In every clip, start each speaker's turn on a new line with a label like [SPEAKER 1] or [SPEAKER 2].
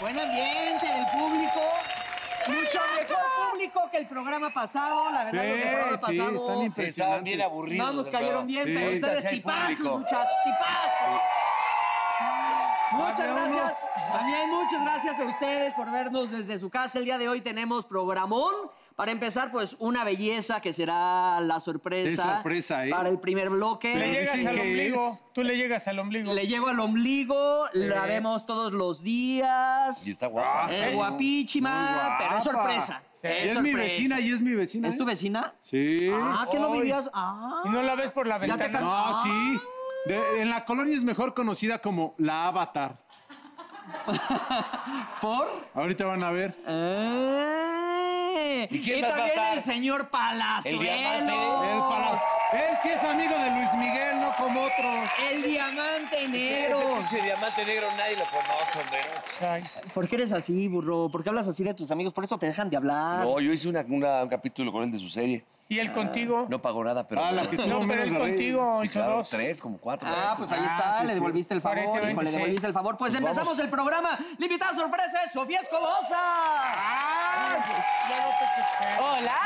[SPEAKER 1] Buen ambiente del público. Mucho mejor público que el programa pasado. La verdad,
[SPEAKER 2] Sí,
[SPEAKER 1] los del programa
[SPEAKER 2] sí,
[SPEAKER 1] pasado.
[SPEAKER 2] están
[SPEAKER 1] no,
[SPEAKER 2] impresionantes.
[SPEAKER 3] Estaban bien aburridos.
[SPEAKER 1] nos
[SPEAKER 3] de
[SPEAKER 1] cayeron
[SPEAKER 3] verdad.
[SPEAKER 1] bien,
[SPEAKER 2] Sí.
[SPEAKER 1] pero
[SPEAKER 3] Ahorita
[SPEAKER 1] ustedes
[SPEAKER 3] sí hay
[SPEAKER 1] tipazos,
[SPEAKER 3] público.
[SPEAKER 1] muchachos, tipazos. Muchas
[SPEAKER 2] Había unos-
[SPEAKER 1] gracias. También muchas gracias a ustedes por vernos desde su casa. El día de hoy tenemos programón. Para empezar, pues una belleza que será la sorpresa.
[SPEAKER 2] Es sorpresa, ¿eh?
[SPEAKER 1] Para el primer bloque.
[SPEAKER 4] Le
[SPEAKER 2] Dicen
[SPEAKER 4] llegas al
[SPEAKER 2] que
[SPEAKER 4] ombligo.
[SPEAKER 2] es-
[SPEAKER 4] Tú le llegas al ombligo. Eh.
[SPEAKER 1] Le llego al ombligo, la vemos todos los días.
[SPEAKER 3] Y está guapa.
[SPEAKER 1] Eh,
[SPEAKER 3] ¿no?
[SPEAKER 1] guapísima,
[SPEAKER 2] Ah, Muy
[SPEAKER 1] pero es
[SPEAKER 2] guapa.
[SPEAKER 1] sorpresa.
[SPEAKER 2] Y es mi
[SPEAKER 1] sorpresa.
[SPEAKER 2] vecina, y es mi vecina.
[SPEAKER 1] ¿Es tu
[SPEAKER 2] ¿eh?
[SPEAKER 1] vecina?
[SPEAKER 2] Sí.
[SPEAKER 1] Ah, que no
[SPEAKER 4] Ay.
[SPEAKER 1] vivías. Ah.
[SPEAKER 4] Y no la ves por la
[SPEAKER 1] Ya te Ah,
[SPEAKER 4] ventana.
[SPEAKER 1] ca-
[SPEAKER 2] No, sí. De- en la colonia es mejor conocida como la Avatar.
[SPEAKER 1] ¿Por?
[SPEAKER 2] Ahorita van a ver.
[SPEAKER 1] Ah.
[SPEAKER 3] ¿Y quién más va a
[SPEAKER 1] también
[SPEAKER 3] estar?
[SPEAKER 1] el señor Palazuelo.
[SPEAKER 3] El diamante.
[SPEAKER 2] El palacio. Él sí es amigo de Luis Miguel, no como otros.
[SPEAKER 1] El diamante negro.
[SPEAKER 3] Ese pinche diamante negro nadie lo conoce, hombre.
[SPEAKER 4] Ay,
[SPEAKER 1] ¿Por qué eres así, burro? ¿Por qué hablas así de tus amigos? Por eso te dejan de hablar.
[SPEAKER 3] No, yo hice una- una- un capítulo con él de su serie.
[SPEAKER 4] Y él contigo.
[SPEAKER 3] No pagó nada, pero.
[SPEAKER 2] Ah, la que tuvo
[SPEAKER 4] No, pero
[SPEAKER 2] menos
[SPEAKER 4] él
[SPEAKER 2] de rey.
[SPEAKER 4] contigo
[SPEAKER 3] Sí,
[SPEAKER 4] hizo
[SPEAKER 3] claro,
[SPEAKER 4] dos.
[SPEAKER 3] Tres, como cuatro.
[SPEAKER 1] Ah,
[SPEAKER 3] ¿no?
[SPEAKER 1] pues ahí
[SPEAKER 2] Ah,
[SPEAKER 1] está,
[SPEAKER 2] sí,
[SPEAKER 1] le
[SPEAKER 2] sí.
[SPEAKER 1] devolviste el favor,
[SPEAKER 4] Cuarenta y
[SPEAKER 1] hijo, le
[SPEAKER 4] veintiséis.
[SPEAKER 1] devolviste el favor. Pues,
[SPEAKER 3] Pues
[SPEAKER 1] empezamos
[SPEAKER 3] vamos.
[SPEAKER 1] el programa. La invitada sorpresa es Sofía Escobosa.
[SPEAKER 2] Ah.
[SPEAKER 5] pues, ¡Hola!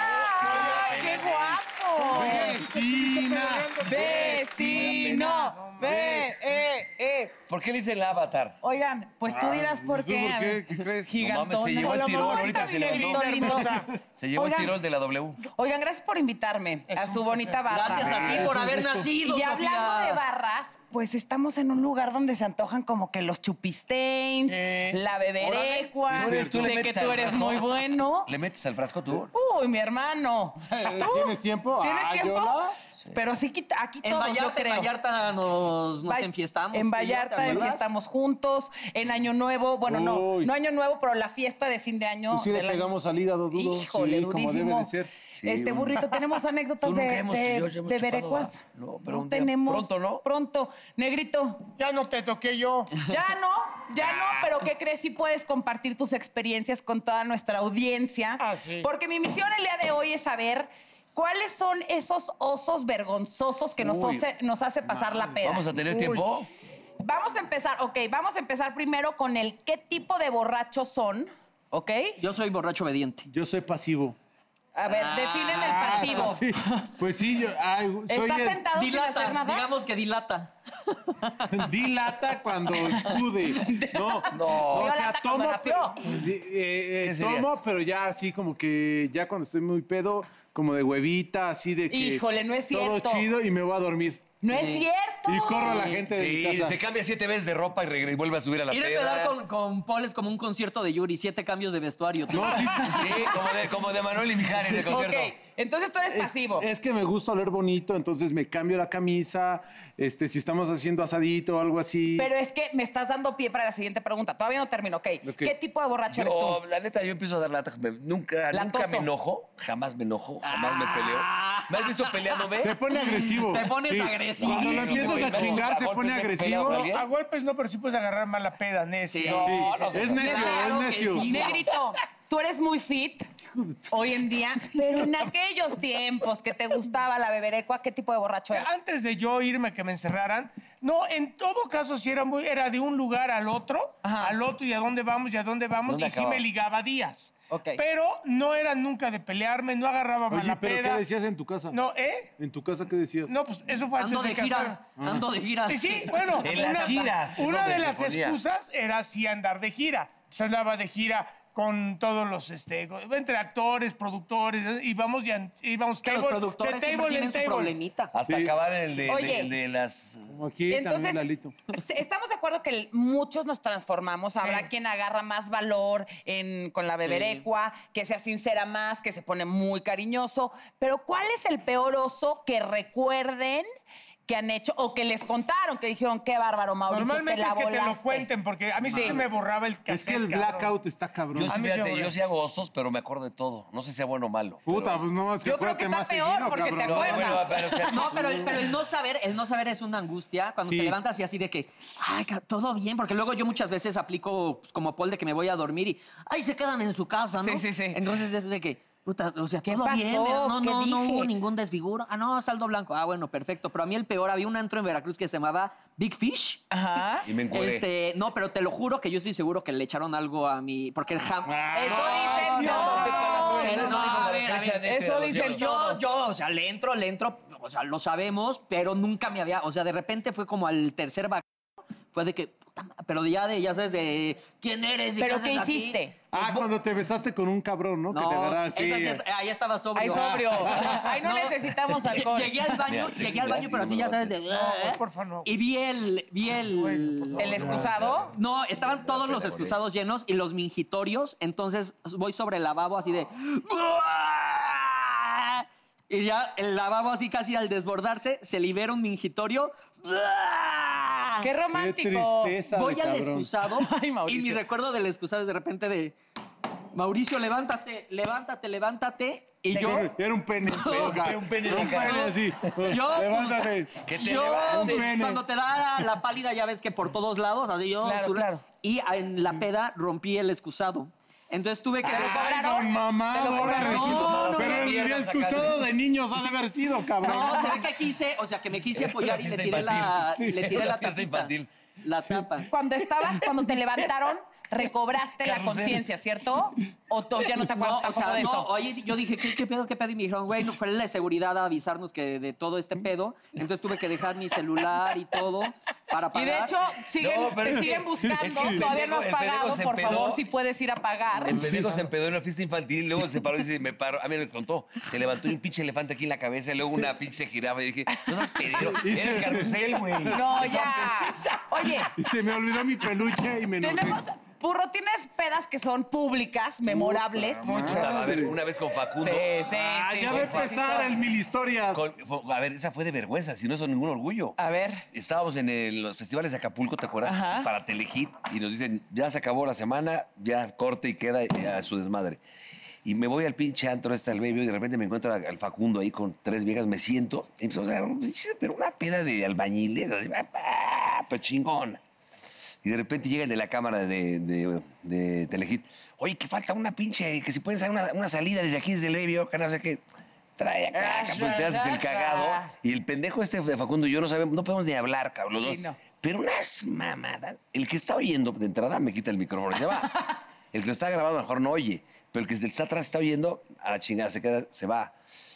[SPEAKER 5] ¡Ay, qué guapo!
[SPEAKER 2] Vecina.
[SPEAKER 5] ¡Vecino! ¡Ve! ¡Eh! ¡Eh!
[SPEAKER 3] ¿Por qué le dicen el avatar?
[SPEAKER 5] Oigan, pues
[SPEAKER 4] Ah,
[SPEAKER 3] Ah,
[SPEAKER 5] tú dirás por
[SPEAKER 2] ¿Tú por
[SPEAKER 5] qué.
[SPEAKER 2] qué? ¿Qué crees?
[SPEAKER 5] Gigantona.
[SPEAKER 3] No mames, se llevó el
[SPEAKER 5] Hola,
[SPEAKER 3] tirón,
[SPEAKER 5] mamacita,
[SPEAKER 3] ahorita se levantó.
[SPEAKER 5] Miguelito lindo.
[SPEAKER 3] Se llevó
[SPEAKER 5] Oigan.
[SPEAKER 3] el tirol de la W.
[SPEAKER 5] Oigan, gracias por invitarme a su bonita barra.
[SPEAKER 1] Gracias a ti por haber nacido,
[SPEAKER 5] Y hablando de
[SPEAKER 1] Sofía.
[SPEAKER 5] barras, pues estamos en un lugar donde se antojan como que los chupisteins,
[SPEAKER 4] Sí.
[SPEAKER 5] la beberecua.
[SPEAKER 3] Órale. Tú eres- tú le
[SPEAKER 5] sé que
[SPEAKER 3] metes al
[SPEAKER 5] tú eres
[SPEAKER 3] frasco.
[SPEAKER 5] muy bueno.
[SPEAKER 3] ¿Le metes al frasco tú?
[SPEAKER 5] Uy, mi hermano.
[SPEAKER 2] Eh,
[SPEAKER 5] ¿Tú?
[SPEAKER 2] ¿Tienes tiempo?
[SPEAKER 5] ¿Tienes
[SPEAKER 2] Ah, yo
[SPEAKER 5] tiempo?
[SPEAKER 2] no.
[SPEAKER 5] Pero sí, quita- aquí
[SPEAKER 1] En
[SPEAKER 5] todos, yo
[SPEAKER 1] Vallarta, en
[SPEAKER 5] creo.
[SPEAKER 1] Vallarta nos, nos
[SPEAKER 5] Vall-
[SPEAKER 1] enfiestamos.
[SPEAKER 5] En
[SPEAKER 1] tú y yo, ¿te
[SPEAKER 5] Vallarta
[SPEAKER 1] acuerdas?
[SPEAKER 5] enfiestamos juntos. En Año Nuevo, bueno, no,
[SPEAKER 2] Uy.
[SPEAKER 5] no Año Nuevo, pero la fiesta de fin de año.
[SPEAKER 2] Pues sí le
[SPEAKER 5] del año-
[SPEAKER 2] pegamos al hígado duro.
[SPEAKER 5] Híjole,
[SPEAKER 2] sí,
[SPEAKER 5] durísimo.
[SPEAKER 2] como debe de ser.
[SPEAKER 5] este
[SPEAKER 3] bueno.
[SPEAKER 5] burrito, tenemos anécdotas
[SPEAKER 3] Tú nunca
[SPEAKER 5] de,
[SPEAKER 3] hemos-
[SPEAKER 5] de,
[SPEAKER 3] yo ya hemos
[SPEAKER 5] de
[SPEAKER 3] chupado,
[SPEAKER 5] Berecuas.
[SPEAKER 3] ¿ah? No, pero un día-
[SPEAKER 5] tenemos.
[SPEAKER 3] pronto, ¿no?
[SPEAKER 5] Pronto. Negrito,
[SPEAKER 4] Ya no te toqué yo.
[SPEAKER 5] ya no, ya no, pero ¿qué crees? Si puedes compartir tus experiencias con toda nuestra audiencia.
[SPEAKER 4] Ah, sí.
[SPEAKER 5] Porque mi misión el día de hoy es saber cuáles son esos osos vergonzosos que nos,
[SPEAKER 3] Uy.
[SPEAKER 5] hace, nos hace pasar la peda.
[SPEAKER 3] ¿Vamos a tener tiempo?
[SPEAKER 5] Vamos a empezar, ok, vamos a empezar primero con el qué tipo de borrachos son, ¿ok?
[SPEAKER 1] Yo soy borracho obediente.
[SPEAKER 2] Yo soy pasivo. Ah.
[SPEAKER 5] A ver, definen el pasivo.
[SPEAKER 2] Sí, pues sí, yo ay, soy
[SPEAKER 5] ¿Estás
[SPEAKER 2] el-
[SPEAKER 5] sentado sin hacer
[SPEAKER 1] Dilata,
[SPEAKER 5] nada?
[SPEAKER 1] digamos que dilata.
[SPEAKER 2] di lata cuando pude. No,
[SPEAKER 3] No.
[SPEAKER 5] Dio
[SPEAKER 2] o sea,
[SPEAKER 5] lata cuando
[SPEAKER 2] tomo,
[SPEAKER 5] nació.
[SPEAKER 2] pero- di- eh, eh,
[SPEAKER 3] ¿Qué serías?
[SPEAKER 2] tomo, pero ya así como que ya cuando estoy muy pedo, como de huevita, así de que
[SPEAKER 5] Híjole, no es
[SPEAKER 2] todo
[SPEAKER 5] cierto.
[SPEAKER 2] chido y me voy a dormir.
[SPEAKER 5] No es cierto.
[SPEAKER 2] Y corro a la gente de mi
[SPEAKER 3] Sí,
[SPEAKER 2] casa.
[SPEAKER 3] se cambia siete veces de ropa y, regre- y vuelve a subir a la
[SPEAKER 1] Ir a
[SPEAKER 3] peda.
[SPEAKER 1] pedar con, con Paul es como un concierto de Yuri, siete cambios de vestuario. tío.
[SPEAKER 2] No, sí,
[SPEAKER 3] Sí, como de, como de Manuel y Mijares de concierto.
[SPEAKER 5] Ok, entonces tú eres pasivo.
[SPEAKER 2] Es que me gusta oler bonito, entonces me cambio la camisa, este, si estamos haciendo asadito o algo así.
[SPEAKER 5] Pero es que me estás dando pie para la siguiente pregunta. Todavía no termino, ok.
[SPEAKER 2] Ok.
[SPEAKER 5] ¿Qué tipo de borracho eres
[SPEAKER 3] Yo,
[SPEAKER 5] tú?
[SPEAKER 3] la neta, yo empiezo a dar lata. me- nunca, nunca
[SPEAKER 5] Latoso. Ah.
[SPEAKER 3] me enojo, jamás me enojo, jamás me peleo. ¿Me has visto peleándome?
[SPEAKER 2] Se pone agresivo.
[SPEAKER 1] Te pones
[SPEAKER 2] Sí.
[SPEAKER 1] agresivo.
[SPEAKER 2] Cuando lo
[SPEAKER 3] Sí,
[SPEAKER 2] empiezas
[SPEAKER 3] güey,
[SPEAKER 2] a
[SPEAKER 3] no,
[SPEAKER 2] chingar,
[SPEAKER 3] a
[SPEAKER 2] se
[SPEAKER 3] golpes
[SPEAKER 2] pone
[SPEAKER 3] me he peleado
[SPEAKER 2] agresivo.
[SPEAKER 3] con alguien.
[SPEAKER 4] A golpes no, pero sí puedes agarrar mala peda, necio.
[SPEAKER 3] No, no,
[SPEAKER 2] Sí, es
[SPEAKER 3] no.
[SPEAKER 2] necio,
[SPEAKER 1] Claro que
[SPEAKER 2] es necio.
[SPEAKER 1] sí.
[SPEAKER 5] Negrito, tú eres muy fit hoy en día, pero en aquellos tiempos que te gustaba la beberecua, ¿qué tipo de borracho eres?
[SPEAKER 4] Antes de yo irme, que me encerraran, no, en todo caso, si era muy, era de un lugar al otro,
[SPEAKER 5] Ajá.
[SPEAKER 4] al otro y a dónde vamos y a dónde vamos,
[SPEAKER 3] ¿Dónde
[SPEAKER 4] y sí
[SPEAKER 3] acababa?
[SPEAKER 4] me ligaba días.
[SPEAKER 5] Ok.
[SPEAKER 4] Pero no era nunca de pelearme, no agarraba
[SPEAKER 2] Oye,
[SPEAKER 4] mala
[SPEAKER 2] pero
[SPEAKER 4] peda.
[SPEAKER 2] ¿qué decías en tu casa?
[SPEAKER 4] No, ¿eh?
[SPEAKER 2] ¿En tu casa qué decías?
[SPEAKER 4] No, pues eso fue antes
[SPEAKER 1] Ando de
[SPEAKER 4] casar.
[SPEAKER 1] gira, ando de gira.
[SPEAKER 4] Y sí, bueno.
[SPEAKER 3] En las giras es
[SPEAKER 4] Una
[SPEAKER 3] donde
[SPEAKER 4] de
[SPEAKER 3] se
[SPEAKER 4] las
[SPEAKER 3] ponía.
[SPEAKER 4] excusas era sí andar de gira. Se andaba de gira con todos los, este, con- entre actores, productores, ¿eh? íbamos, ya, íbamos
[SPEAKER 1] Que los
[SPEAKER 4] table- de
[SPEAKER 1] productores siempre
[SPEAKER 4] table
[SPEAKER 1] tienen
[SPEAKER 4] en
[SPEAKER 1] su
[SPEAKER 4] table.
[SPEAKER 1] problemita.
[SPEAKER 3] Hasta
[SPEAKER 2] Sí.
[SPEAKER 3] acabar el de, de-
[SPEAKER 5] Oye.
[SPEAKER 3] de las.
[SPEAKER 2] Como aquí
[SPEAKER 5] Entonces,
[SPEAKER 2] también, Lalito.
[SPEAKER 5] se- estamos de acuerdo que el- muchos nos transformamos. Habrá
[SPEAKER 4] Sí.
[SPEAKER 5] quien agarra más valor en- con la beberecua, que sea sincera más, que se pone muy cariñoso. Pero ¿cuál es el peor oso que recuerden que han hecho o que les contaron, que dijeron, qué bárbaro, Mauricio,
[SPEAKER 4] Normalmente
[SPEAKER 5] te la
[SPEAKER 4] es que te lo
[SPEAKER 5] volaste"?
[SPEAKER 4] cuenten, porque a mí sí se me borraba el cassette,
[SPEAKER 2] Es que el
[SPEAKER 4] cabrón.
[SPEAKER 2] blackout está
[SPEAKER 3] Yo
[SPEAKER 2] cabrón.
[SPEAKER 3] sí,
[SPEAKER 4] mí sí,
[SPEAKER 3] fíjate,
[SPEAKER 4] güey.
[SPEAKER 3] yo sí hago osos, pero me acuerdo de todo. No sé si sea bueno o malo.
[SPEAKER 2] Puta,
[SPEAKER 3] pero-
[SPEAKER 2] pues no, es que
[SPEAKER 5] Yo creo que
[SPEAKER 2] acuérdate
[SPEAKER 5] está
[SPEAKER 2] más
[SPEAKER 5] peor,
[SPEAKER 2] seguido,
[SPEAKER 5] porque te
[SPEAKER 2] cabrón.
[SPEAKER 3] No,
[SPEAKER 5] acuerdas.
[SPEAKER 3] bueno, pero, pero-
[SPEAKER 1] No, pero, el- pero el no saber, el no saber es una angustia cuando
[SPEAKER 2] Sí.
[SPEAKER 1] te levantas y así de que, ay, ca- todo bien, porque luego yo muchas veces aplico pues, como Paul de que me voy a dormir y, ay, se quedan en su casa, ¿no?
[SPEAKER 5] Sí, sí, sí.
[SPEAKER 1] Entonces es de que, Puta, o sea,
[SPEAKER 5] ¿Qué
[SPEAKER 1] todo
[SPEAKER 5] pasó?
[SPEAKER 1] bien, ¿verdad? no,
[SPEAKER 5] ¿Qué
[SPEAKER 1] no, no
[SPEAKER 5] dije?
[SPEAKER 1] hubo ningún desfiguro. Ah, no, saldo blanco. Ah, bueno, perfecto. Pero a mí el peor, había un antro en Veracruz que se llamaba Big Fish.
[SPEAKER 5] Ajá.
[SPEAKER 3] Y me encueré.
[SPEAKER 1] Este, no, pero te lo juro que yo estoy seguro que le echaron algo a mi. Porque el jam.
[SPEAKER 5] Eso dices no.
[SPEAKER 1] Sí, no, a ver, a ver.
[SPEAKER 5] Eso dicen
[SPEAKER 1] Yo,
[SPEAKER 5] todos.
[SPEAKER 1] yo, o sea, le entro, le entro, o sea, lo sabemos, pero nunca me había, o sea, de repente fue como al tercer vac... fue de que, puta ma- pero ya de, ya sabes, de quién eres y
[SPEAKER 5] ¿Pero
[SPEAKER 1] haces
[SPEAKER 5] qué
[SPEAKER 1] aquí?
[SPEAKER 5] hiciste?
[SPEAKER 2] Ah, cuando te besaste con un cabrón, ¿no? que te eh,
[SPEAKER 1] No,
[SPEAKER 2] agarraron,
[SPEAKER 1] esa sí es- ahí estaba sobrio.
[SPEAKER 5] Ay, sobrio. Ay, no,
[SPEAKER 1] No.
[SPEAKER 5] necesitamos alcohol.
[SPEAKER 1] Llegué al baño,
[SPEAKER 3] Mira,
[SPEAKER 1] llegué al baño, pero así ya sabes de...
[SPEAKER 4] No, porfa, no.
[SPEAKER 1] Y vi el, vi el...
[SPEAKER 5] ¿El excusado?
[SPEAKER 1] No, estaban todos los excusados llenos y los mingitorios, entonces voy sobre el lavabo así de... Y ya el lavabo así casi al desbordarse, se libera un mingitorio.
[SPEAKER 5] ¡Qué romántico!
[SPEAKER 2] Qué tristeza. de
[SPEAKER 1] Voy al
[SPEAKER 2] cabrón.
[SPEAKER 1] excusado
[SPEAKER 5] Ay,
[SPEAKER 1] y
[SPEAKER 5] Mauricio.
[SPEAKER 1] mi recuerdo del excusado es de repente de... Mauricio, levántate, levántate, levántate. Y yo...
[SPEAKER 2] Era un pene.
[SPEAKER 3] Era un pene de
[SPEAKER 2] Un
[SPEAKER 3] cara.
[SPEAKER 2] pene así.
[SPEAKER 1] Yo, pues,
[SPEAKER 2] Levántate.
[SPEAKER 3] Que te
[SPEAKER 1] yo,
[SPEAKER 3] levantes.
[SPEAKER 1] des-
[SPEAKER 2] Un pene.
[SPEAKER 1] cuando te da la pálida, ya ves que por todos lados, así yo.
[SPEAKER 5] Claro,
[SPEAKER 1] sur-
[SPEAKER 5] claro. Mm.
[SPEAKER 1] Y en la peda rompí el excusado. Entonces tuve que.
[SPEAKER 2] Ay, don mamá,
[SPEAKER 5] Te lo
[SPEAKER 2] "Ah, ahora
[SPEAKER 5] cobraron.
[SPEAKER 2] resulta-
[SPEAKER 1] No, no,
[SPEAKER 2] Pero
[SPEAKER 1] no,
[SPEAKER 2] el día
[SPEAKER 3] mierda,
[SPEAKER 2] excusado de niños ha de haber sido, cabrón.
[SPEAKER 1] No, se ve que quise, o sea, que me quise apoyar y le
[SPEAKER 3] fiesta
[SPEAKER 1] tiré la,
[SPEAKER 3] infantil.
[SPEAKER 1] le
[SPEAKER 3] Sí,
[SPEAKER 1] tiré
[SPEAKER 3] era
[SPEAKER 1] la
[SPEAKER 3] una fiesta
[SPEAKER 1] tapita,
[SPEAKER 3] infantil.
[SPEAKER 1] La tapa.
[SPEAKER 5] Cuando estabas, cuando te levantaron, recobraste la
[SPEAKER 3] Carrusel.
[SPEAKER 5] conciencia, ¿cierto? O to- ya no te acuerdas
[SPEAKER 1] No, o
[SPEAKER 5] tampoco
[SPEAKER 1] sea,
[SPEAKER 5] de
[SPEAKER 1] no,
[SPEAKER 5] eso.
[SPEAKER 1] oye, yo dije, ¿qué, qué pedo, qué pedo? Y me dijeron, güey, no fue la seguridad a avisarnos que de todo este pedo. Entonces tuve que dejar mi celular y todo para
[SPEAKER 5] Y
[SPEAKER 1] pagar.
[SPEAKER 5] de hecho, siguen,
[SPEAKER 3] No, pero
[SPEAKER 5] te
[SPEAKER 3] es que-
[SPEAKER 5] siguen buscando.
[SPEAKER 3] es que el
[SPEAKER 5] Todavía
[SPEAKER 3] pendejo-
[SPEAKER 5] no has
[SPEAKER 3] el pendejo
[SPEAKER 5] pagado.
[SPEAKER 3] se
[SPEAKER 5] Por
[SPEAKER 3] empedó.
[SPEAKER 5] favor, si puedes ir a pagar.
[SPEAKER 3] El pendejo se empedó en la fiesta infantil, luego se paró y dice, me paro. A mí me contó, se levantó y un pinche elefante aquí en la cabeza, y luego una pinche giraba y dije, no seas pendejo, era el carrusel, güey.
[SPEAKER 5] No, ya. Oye,
[SPEAKER 2] Y se me olvidó mi peluche y me enojé.
[SPEAKER 5] tenemos. Purro, tienes pedas que son públicas, memorables.
[SPEAKER 3] Puta, a ver, una vez con Facundo.
[SPEAKER 5] Sí, sí,
[SPEAKER 2] Ah,
[SPEAKER 5] sí,
[SPEAKER 2] ya
[SPEAKER 5] sí,
[SPEAKER 2] va a
[SPEAKER 5] sí,
[SPEAKER 2] empezar
[SPEAKER 5] sí.
[SPEAKER 2] el mil historias.
[SPEAKER 3] Con- fue- a ver, esa fue de vergüenza, si no es ningún orgullo.
[SPEAKER 5] A ver.
[SPEAKER 3] Estábamos en el- los festivales de Acapulco, ¿te acuerdas?
[SPEAKER 5] Ajá.
[SPEAKER 3] Para Telehit. Y nos dicen, ya se acabó la semana, ya corte y queda eh, a su desmadre. Y me voy al pinche antro, está el baby, y de repente me encuentro a- al Facundo ahí con tres viejas, me siento, y empezamos a dar un pinche, pero una peda de albañiles, así, pa, pa, pero chingón. Y de repente llegan de la cámara de, de, de Telehit. Oye, que falta una pinche, que si pueden hacer una, una salida desde aquí, desde el Levio, que no sé qué. Trae acá,
[SPEAKER 5] Ah,
[SPEAKER 3] cabrón, te haces el
[SPEAKER 5] ah,
[SPEAKER 3] cagado.
[SPEAKER 5] ah.
[SPEAKER 3] Y el pendejo este de Facundo y yo no sabemos, no podemos ni hablar, cabrón. los
[SPEAKER 5] Sí,
[SPEAKER 3] dos.
[SPEAKER 5] no.
[SPEAKER 3] Pero unas mamadas. El que está oyendo de entrada me quita el micrófono y se va. el que lo está grabando a lo mejor no oye. Pero el que está atrás está oyendo, a la chingada se queda, se va.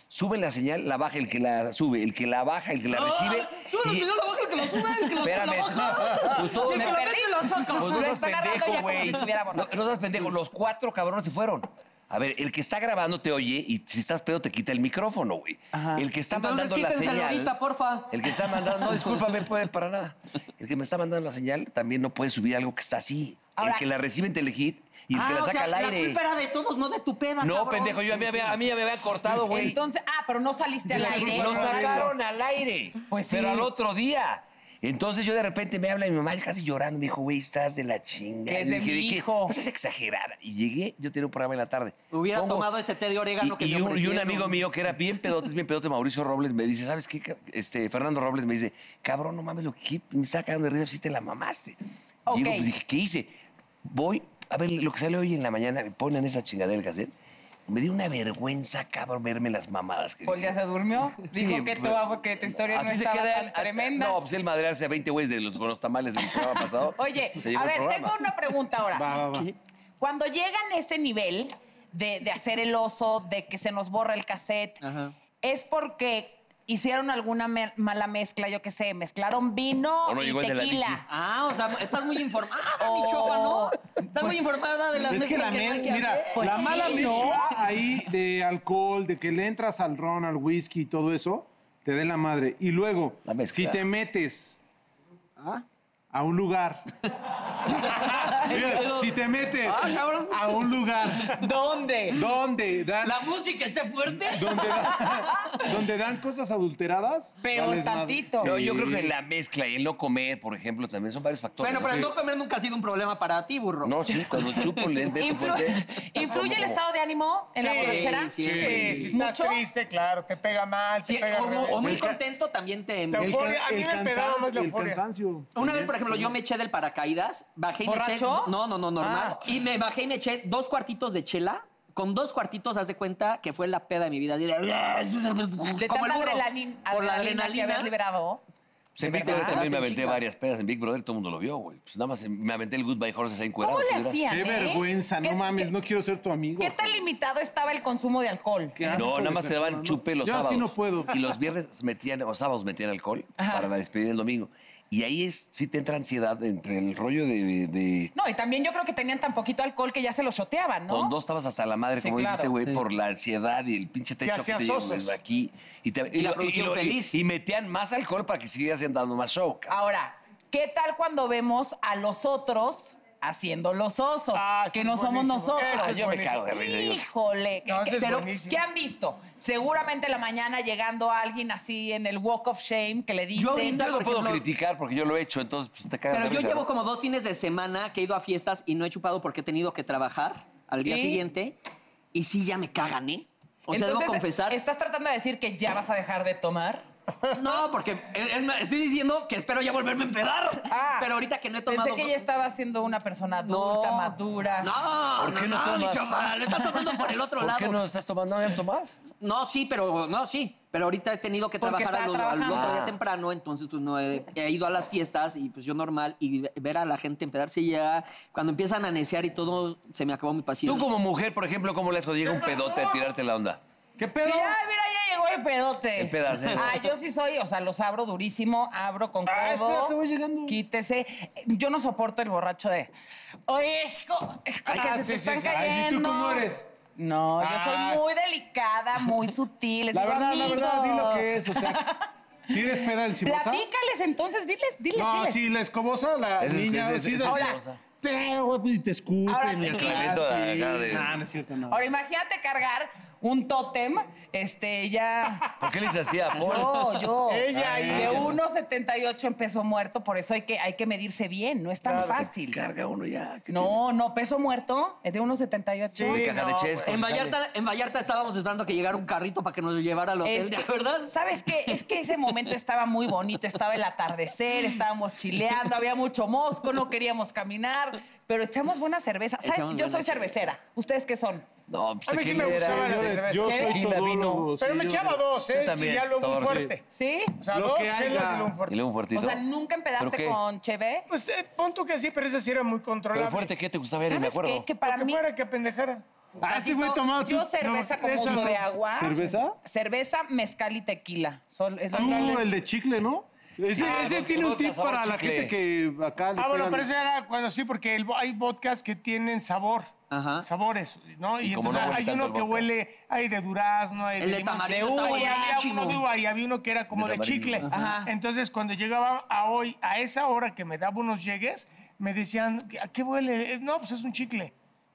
[SPEAKER 3] Sube la señal, la baja el que la sube, el que la baja, el que la recibe.
[SPEAKER 1] Ah, Sube que
[SPEAKER 3] y-
[SPEAKER 1] yo la baja, el que la sube, el que la sube,
[SPEAKER 3] Espérame.
[SPEAKER 1] la baja.
[SPEAKER 3] Pues todo-
[SPEAKER 1] Y el que la mete, la saca.
[SPEAKER 3] Pues no
[SPEAKER 5] Lo
[SPEAKER 3] seas
[SPEAKER 5] está narrando ya
[SPEAKER 3] pendejo,
[SPEAKER 5] como
[SPEAKER 3] güey.
[SPEAKER 5] si estuviera
[SPEAKER 3] No,
[SPEAKER 5] borracho.
[SPEAKER 3] no seas pendejo. Los cuatro cabrones se fueron. A ver, el que está grabando te oye y si estás pedo te quita el micrófono, güey.
[SPEAKER 5] Ajá.
[SPEAKER 3] El que está
[SPEAKER 1] Entonces
[SPEAKER 3] mandando la
[SPEAKER 1] quítenselo
[SPEAKER 3] señal.
[SPEAKER 1] ahorita, porfa.
[SPEAKER 3] El que está mandando, no, discúlpame, puede para nada. El que me está mandando la señal también no puede subir algo que está así.
[SPEAKER 5] Ahora- Ah,
[SPEAKER 3] el que la recibe en Telehit y el que la
[SPEAKER 1] Ah, o
[SPEAKER 3] saca
[SPEAKER 1] sea,
[SPEAKER 3] al
[SPEAKER 1] La
[SPEAKER 3] aire.
[SPEAKER 1] culpa era de todos, no de tu peda.
[SPEAKER 3] no,
[SPEAKER 1] cabrón.
[SPEAKER 3] pendejo, yo a mí, ya me- a mí ya me habían cortado, güey.
[SPEAKER 5] Entonces, ah, pero no saliste al aire.
[SPEAKER 3] Lo
[SPEAKER 5] No saliste.
[SPEAKER 3] sacaron al aire.
[SPEAKER 5] Pues sí.
[SPEAKER 3] Pero al otro día. Entonces yo de repente me habla mi mamá casi llorando. Me dijo, güey, estás de la chinga.
[SPEAKER 5] Que es
[SPEAKER 3] Y
[SPEAKER 5] de
[SPEAKER 3] dije,
[SPEAKER 5] mi
[SPEAKER 3] "¿De qué?
[SPEAKER 5] hijo".
[SPEAKER 3] No seas exagerada. Y llegué, yo tenía un programa en la tarde.
[SPEAKER 1] Hubiera
[SPEAKER 3] Pongo-
[SPEAKER 1] tomado ese té de orégano
[SPEAKER 3] y,
[SPEAKER 1] que
[SPEAKER 3] y
[SPEAKER 1] me
[SPEAKER 3] un, y un
[SPEAKER 1] ofrecieron.
[SPEAKER 3] amigo mío que era bien pedote, es bien pedote, Mauricio Robles, me dice, ¿sabes qué? ca- Este, Fernando Robles me dice, cabrón, no mames, lo que me estaba cagando de risa, si te la mamaste.
[SPEAKER 5] Ok.
[SPEAKER 3] Y yo, pues, dije, ¿qué hice? Voy, a ver, lo que sale hoy en la mañana, me ponen esa chingadera del cassette. Me dio una vergüenza, cabrón, verme las mamadas. que
[SPEAKER 5] Paul ya se durmió.
[SPEAKER 3] Sí,
[SPEAKER 5] Dijo que tu,
[SPEAKER 3] pero-
[SPEAKER 5] abu- que tu historia no
[SPEAKER 3] Así se
[SPEAKER 5] estaba
[SPEAKER 3] queda
[SPEAKER 5] tan
[SPEAKER 3] hasta-
[SPEAKER 5] tremenda.
[SPEAKER 3] No, pues él madrearse a 20 güeyes de los, con los tamales del programa pasado. pues,
[SPEAKER 5] Oye,
[SPEAKER 3] se llevó
[SPEAKER 5] a
[SPEAKER 3] el
[SPEAKER 5] ver,
[SPEAKER 3] programa.
[SPEAKER 5] tengo una pregunta ahora.
[SPEAKER 2] Va, va, va.
[SPEAKER 5] Cuando llegan a ese nivel de, de hacer el oso, de que se nos borra el cassette,
[SPEAKER 3] Ah.
[SPEAKER 1] Ajá.
[SPEAKER 5] es porque hicieron alguna me- mala mezcla, yo qué sé, mezclaron vino
[SPEAKER 3] O no
[SPEAKER 5] Oh, y
[SPEAKER 3] llegó el de la
[SPEAKER 5] tequila.
[SPEAKER 3] bici.
[SPEAKER 1] Ah, o sea, estás muy informada,
[SPEAKER 5] Oh.
[SPEAKER 1] mi chofa, ¿no? Estás muy informada de las
[SPEAKER 2] Es que
[SPEAKER 1] mezclas
[SPEAKER 2] la
[SPEAKER 1] que, no hay
[SPEAKER 2] mez-
[SPEAKER 1] que
[SPEAKER 2] mira,
[SPEAKER 1] hacer.
[SPEAKER 5] Pues
[SPEAKER 2] la
[SPEAKER 5] sí.
[SPEAKER 2] mala
[SPEAKER 5] No.
[SPEAKER 2] mezcla ahí de alcohol, de que le entras al ron, al whisky y todo eso, te dé la madre. Y luego,
[SPEAKER 3] La mezcla.
[SPEAKER 2] si te metes
[SPEAKER 1] ¿Ah?
[SPEAKER 2] a un lugar. Mira, si te metes
[SPEAKER 1] Ah, cabrón.
[SPEAKER 2] a un lugar
[SPEAKER 5] ¿Dónde?
[SPEAKER 2] donde dan,
[SPEAKER 1] La música esté fuerte.
[SPEAKER 2] donde dan, donde dan cosas adulteradas.
[SPEAKER 5] Pero
[SPEAKER 2] vales madre.
[SPEAKER 5] tantito.
[SPEAKER 3] No, yo
[SPEAKER 2] Sí.
[SPEAKER 3] creo que la mezcla y el no comer, por ejemplo, también son varios factores.
[SPEAKER 1] Bueno, pero el
[SPEAKER 3] Sí.
[SPEAKER 1] no comer nunca ha sido un problema para ti, burro.
[SPEAKER 3] No, sí, cuando chupo le meto
[SPEAKER 5] Influ-
[SPEAKER 3] fuerte.
[SPEAKER 5] ¿Influye el estado de ánimo en la
[SPEAKER 4] Sí,
[SPEAKER 5] borrachera?
[SPEAKER 1] sí,
[SPEAKER 4] Sí, si estás
[SPEAKER 5] ¿Mucho?
[SPEAKER 4] triste, claro, te pega mal, te
[SPEAKER 1] Sí,
[SPEAKER 4] pega
[SPEAKER 1] o, mu-
[SPEAKER 4] re-
[SPEAKER 1] o muy
[SPEAKER 3] El ca-
[SPEAKER 1] contento también te...
[SPEAKER 4] La
[SPEAKER 2] El,
[SPEAKER 4] euforia,
[SPEAKER 2] ca-
[SPEAKER 4] a mí
[SPEAKER 2] el
[SPEAKER 4] me pegaba
[SPEAKER 2] cansan-
[SPEAKER 4] más la
[SPEAKER 2] el
[SPEAKER 4] euforia.
[SPEAKER 2] cansancio.
[SPEAKER 1] Una vez, por ejemplo, yo me eché del paracaídas, bajé y me eché.
[SPEAKER 5] ¿Borracho?
[SPEAKER 1] No, no, no, normal.
[SPEAKER 5] Ah.
[SPEAKER 1] Y me bajé y me eché dos cuartitos de chela con dos cuartitos, haz de cuenta que fue la peda de mi vida. De,
[SPEAKER 5] De
[SPEAKER 1] como el
[SPEAKER 5] tanta
[SPEAKER 1] burro.
[SPEAKER 5] adrenalin-
[SPEAKER 1] Por la
[SPEAKER 5] que habías
[SPEAKER 1] adrenalina.
[SPEAKER 5] liberado.
[SPEAKER 3] Pues en
[SPEAKER 1] ¿De
[SPEAKER 3] Big Brother
[SPEAKER 1] verdad?
[SPEAKER 3] también me
[SPEAKER 1] Hacen
[SPEAKER 3] aventé
[SPEAKER 1] chinga.
[SPEAKER 3] varias pedas en Big Brother, todo el mundo lo vio, güey. Pues nada más eh, me aventé el Goodbye Horses ahí encuerado.
[SPEAKER 5] ¿Cómo le
[SPEAKER 3] pues, verás.
[SPEAKER 5] hacían?
[SPEAKER 2] Qué
[SPEAKER 5] eh?
[SPEAKER 2] vergüenza,
[SPEAKER 5] ¿Qué-
[SPEAKER 2] no mames,
[SPEAKER 5] qué-
[SPEAKER 2] no quiero ser tu amigo.
[SPEAKER 5] ¿Qué tan limitado estaba el consumo de alcohol?
[SPEAKER 2] Qué asco
[SPEAKER 3] No,
[SPEAKER 2] de
[SPEAKER 3] nada más te
[SPEAKER 2] persona,
[SPEAKER 3] daban
[SPEAKER 2] ¿no?
[SPEAKER 3] chupe los
[SPEAKER 2] Yo así
[SPEAKER 3] sábados.
[SPEAKER 2] no puedo.
[SPEAKER 3] Y los viernes metían, o sábados metían alcohol
[SPEAKER 5] Ajá.
[SPEAKER 3] para la despedida del domingo. Y ahí es, sí te entra ansiedad entre el rollo de. de- de-
[SPEAKER 5] No, y también yo creo que tenían tan poquito alcohol que ya se lo shoteaban, ¿no?
[SPEAKER 3] Con dos estabas hasta la madre,
[SPEAKER 5] Sí,
[SPEAKER 3] como
[SPEAKER 5] claro.
[SPEAKER 3] dijiste, güey, por la ansiedad y el pinche techo que
[SPEAKER 4] hacías
[SPEAKER 3] te llegó
[SPEAKER 4] osos.
[SPEAKER 3] desde aquí. Y, te-
[SPEAKER 1] Y la
[SPEAKER 3] lo-
[SPEAKER 1] producción
[SPEAKER 3] lo-
[SPEAKER 1] feliz.
[SPEAKER 3] y metían más alcohol para que siguieras dando más show. cabrón.
[SPEAKER 5] Ahora, ¿qué tal cuando vemos a los otros haciendo los osos?
[SPEAKER 4] Ah, eso
[SPEAKER 5] que
[SPEAKER 4] es
[SPEAKER 5] no somos
[SPEAKER 4] buenísimo.
[SPEAKER 5] nosotros.
[SPEAKER 4] Eso
[SPEAKER 3] Ah,
[SPEAKER 4] es
[SPEAKER 3] yo me
[SPEAKER 4] buenísimo.
[SPEAKER 3] cago de risa. digo,
[SPEAKER 5] Híjole,
[SPEAKER 4] No,
[SPEAKER 5] ¿qué-
[SPEAKER 4] ese es
[SPEAKER 5] pero
[SPEAKER 4] buenísimo.
[SPEAKER 5] ¿qué han visto? Seguramente en la mañana llegando alguien así en el Walk of Shame que le dicen.
[SPEAKER 1] Yo ahorita
[SPEAKER 3] Yo no
[SPEAKER 1] por
[SPEAKER 3] puedo
[SPEAKER 1] ejemplo-
[SPEAKER 3] criticar porque yo lo he hecho, entonces pues, te cagas
[SPEAKER 1] Pero
[SPEAKER 3] de
[SPEAKER 1] yo
[SPEAKER 3] risa,
[SPEAKER 1] llevo
[SPEAKER 3] ¿no?
[SPEAKER 1] como dos fines de semana que he ido a fiestas y no he chupado porque he tenido que trabajar al día
[SPEAKER 5] ¿Y?
[SPEAKER 1] siguiente. Y sí, ya me cagan, ¿eh? O sea, debo
[SPEAKER 5] Entonces,
[SPEAKER 1] confesar.
[SPEAKER 5] ¿Estás tratando de decir que ya vas a dejar de tomar?
[SPEAKER 1] No, porque es- es más, estoy diciendo que espero ya volverme a empedar.
[SPEAKER 5] Ah.
[SPEAKER 1] pero ahorita que no he tomado.
[SPEAKER 5] Pensé que ya estaba siendo una persona
[SPEAKER 1] No.
[SPEAKER 5] adulta, madura.
[SPEAKER 1] No,
[SPEAKER 3] ¿Por qué
[SPEAKER 1] no,
[SPEAKER 3] no
[SPEAKER 1] no, mi
[SPEAKER 3] tomas?
[SPEAKER 1] chaval, estás tomando por el otro lado.
[SPEAKER 3] ¿Por qué no estás tomando? ¿No tomás?
[SPEAKER 1] No, sí, pero no, sí. Pero ahorita he tenido que
[SPEAKER 5] Porque
[SPEAKER 1] trabajar al,
[SPEAKER 5] estaba
[SPEAKER 1] al
[SPEAKER 5] trabajando.
[SPEAKER 1] otro día
[SPEAKER 3] Ah.
[SPEAKER 1] temprano, entonces pues no he, he ido a las fiestas y pues yo normal y ver a la gente empedarse ya cuando empiezan a necear y todo se me acabó mi
[SPEAKER 3] Tú
[SPEAKER 1] paciencia.
[SPEAKER 3] como mujer, por ejemplo, ¿cómo le has cuando llega un pedote a tirarte la onda?
[SPEAKER 2] ¿Qué pedo?
[SPEAKER 5] Ya, mira, ya llegó el pedote.
[SPEAKER 3] El pedazo.
[SPEAKER 5] Ah, yo sí soy, o sea, los abro durísimo, abro con codo.
[SPEAKER 2] Ah, espérate, voy llegando.
[SPEAKER 5] Quítese. Yo no soporto el borracho de. Oye, co-
[SPEAKER 4] Ah,
[SPEAKER 5] que se
[SPEAKER 4] sí,
[SPEAKER 5] te
[SPEAKER 4] sí,
[SPEAKER 5] están
[SPEAKER 4] sí.
[SPEAKER 2] Ay, ¿y
[SPEAKER 5] cayendo.
[SPEAKER 2] tú cómo eres?
[SPEAKER 5] No, yo
[SPEAKER 4] Ah.
[SPEAKER 5] soy muy delicada, muy sutil. les
[SPEAKER 2] La
[SPEAKER 5] digo,
[SPEAKER 2] verdad, la verdad, di lo
[SPEAKER 5] "Amigos".
[SPEAKER 2] que es, o sea, ¿sí despeda el cibosa?
[SPEAKER 5] Platícales entonces, diles, diles,
[SPEAKER 2] No,
[SPEAKER 5] diles.
[SPEAKER 2] sí, la escobosa, la
[SPEAKER 3] Ese es-
[SPEAKER 2] niña,
[SPEAKER 3] ese es-
[SPEAKER 2] sí,
[SPEAKER 3] ese es-
[SPEAKER 5] Ahora.
[SPEAKER 2] Pero, y te escupen.
[SPEAKER 5] Ahora
[SPEAKER 2] y
[SPEAKER 5] te
[SPEAKER 2] acá,
[SPEAKER 3] Clemento,
[SPEAKER 2] sí.
[SPEAKER 3] acá de-
[SPEAKER 2] Ah, No, no es cierto, no.
[SPEAKER 5] Ahora imagínate cargar un tótem, este, ya.
[SPEAKER 3] ¿Por qué le dices así a
[SPEAKER 5] Yo,
[SPEAKER 3] Paul?
[SPEAKER 5] yo.
[SPEAKER 4] Ella y
[SPEAKER 5] De
[SPEAKER 4] ella.
[SPEAKER 5] 1,78 en peso muerto, por eso hay que, hay que medirse bien, no es tan fácil.
[SPEAKER 3] Carga uno ya. ¿qué
[SPEAKER 5] No, no, peso muerto es de 1,78.
[SPEAKER 3] tiene?
[SPEAKER 4] Sí,
[SPEAKER 3] De pues, caja de
[SPEAKER 4] no,
[SPEAKER 3] chesco.
[SPEAKER 1] En Vallarta, en Vallarta estábamos esperando que llegara un carrito para que nos llevara al hotel,
[SPEAKER 5] Este,
[SPEAKER 1] ¿te acuerdas?
[SPEAKER 5] ¿Sabes qué? Es que ese momento estaba muy bonito, estaba el atardecer, estábamos chileando, había mucho mosco, no queríamos caminar, pero echamos buena cerveza. ¿Sabes?
[SPEAKER 1] Echamos
[SPEAKER 5] Yo
[SPEAKER 1] buena
[SPEAKER 5] soy cervecera. ¿Ustedes qué son?
[SPEAKER 3] No, pues
[SPEAKER 4] A mí
[SPEAKER 3] ¿qué
[SPEAKER 4] sí me
[SPEAKER 3] era?
[SPEAKER 4] gustaba la de-
[SPEAKER 2] Yo, yo
[SPEAKER 4] ¿Qué?
[SPEAKER 2] soy
[SPEAKER 3] Tequila, vino.
[SPEAKER 2] todólogo.
[SPEAKER 4] Pero
[SPEAKER 2] sí,
[SPEAKER 4] me
[SPEAKER 2] yo-
[SPEAKER 4] echaba dos, ¿eh?
[SPEAKER 3] también,
[SPEAKER 4] Y ya luego un
[SPEAKER 3] dos,
[SPEAKER 4] fuerte.
[SPEAKER 5] ¿Sí?
[SPEAKER 4] O sea,
[SPEAKER 2] Lo
[SPEAKER 4] dos
[SPEAKER 2] que haya.
[SPEAKER 4] chelas y luego un
[SPEAKER 3] Y
[SPEAKER 4] fuerte.
[SPEAKER 3] luego un fuertito.
[SPEAKER 5] O sea, ¿nunca
[SPEAKER 3] ¿Pero
[SPEAKER 5] empedaste
[SPEAKER 3] qué?
[SPEAKER 5] con Cheve?
[SPEAKER 4] Pues eh, pon tú que sí, pero esa sí era muy controlable.
[SPEAKER 3] Pero fuerte, ¿qué te gustaba? Ya Ni me
[SPEAKER 5] ¿Sabes
[SPEAKER 3] acuerdo.
[SPEAKER 5] qué? Que
[SPEAKER 4] Para
[SPEAKER 5] para mí,
[SPEAKER 4] fuera que pendejara.
[SPEAKER 2] Ah, este güey tomaba tú.
[SPEAKER 5] yo cerveza
[SPEAKER 4] no,
[SPEAKER 5] como
[SPEAKER 4] esa
[SPEAKER 5] uno
[SPEAKER 4] no.
[SPEAKER 5] de agua.
[SPEAKER 2] ¿Cerveza?
[SPEAKER 5] Cerveza, mezcal y tequila. Sol- es lo
[SPEAKER 2] Tú,
[SPEAKER 5] que-
[SPEAKER 2] el de chicle, ¿no? Ese,
[SPEAKER 3] Ah,
[SPEAKER 2] ese
[SPEAKER 3] no,
[SPEAKER 2] tiene
[SPEAKER 3] no,
[SPEAKER 2] un tip
[SPEAKER 3] sabor
[SPEAKER 2] para la gente
[SPEAKER 3] chicle.
[SPEAKER 2] que acá le
[SPEAKER 4] Ah, bueno,
[SPEAKER 2] pegan-
[SPEAKER 4] pero eso era cuando sí, porque el vo- hay vodkas que tienen sabor.
[SPEAKER 1] Ajá.
[SPEAKER 4] Sabores, ¿no? Y,
[SPEAKER 3] Y como
[SPEAKER 4] entonces
[SPEAKER 3] no huele
[SPEAKER 4] hay
[SPEAKER 3] tanto
[SPEAKER 4] uno
[SPEAKER 3] el
[SPEAKER 4] que
[SPEAKER 3] vodka.
[SPEAKER 4] huele, hay de durazno, hay
[SPEAKER 1] El de
[SPEAKER 4] limón,
[SPEAKER 1] tamarindo
[SPEAKER 4] uva,
[SPEAKER 1] está
[SPEAKER 4] y había
[SPEAKER 1] buenísimo.
[SPEAKER 4] uno de uva y había uno que era como
[SPEAKER 3] De
[SPEAKER 4] de,
[SPEAKER 3] tamarindo.
[SPEAKER 4] chicle.
[SPEAKER 5] Ajá.
[SPEAKER 4] Entonces, cuando llegaba a hoy, a esa hora que me daba unos llegues, me decían, ¿a qué huele? Eh, No, pues es un chicle.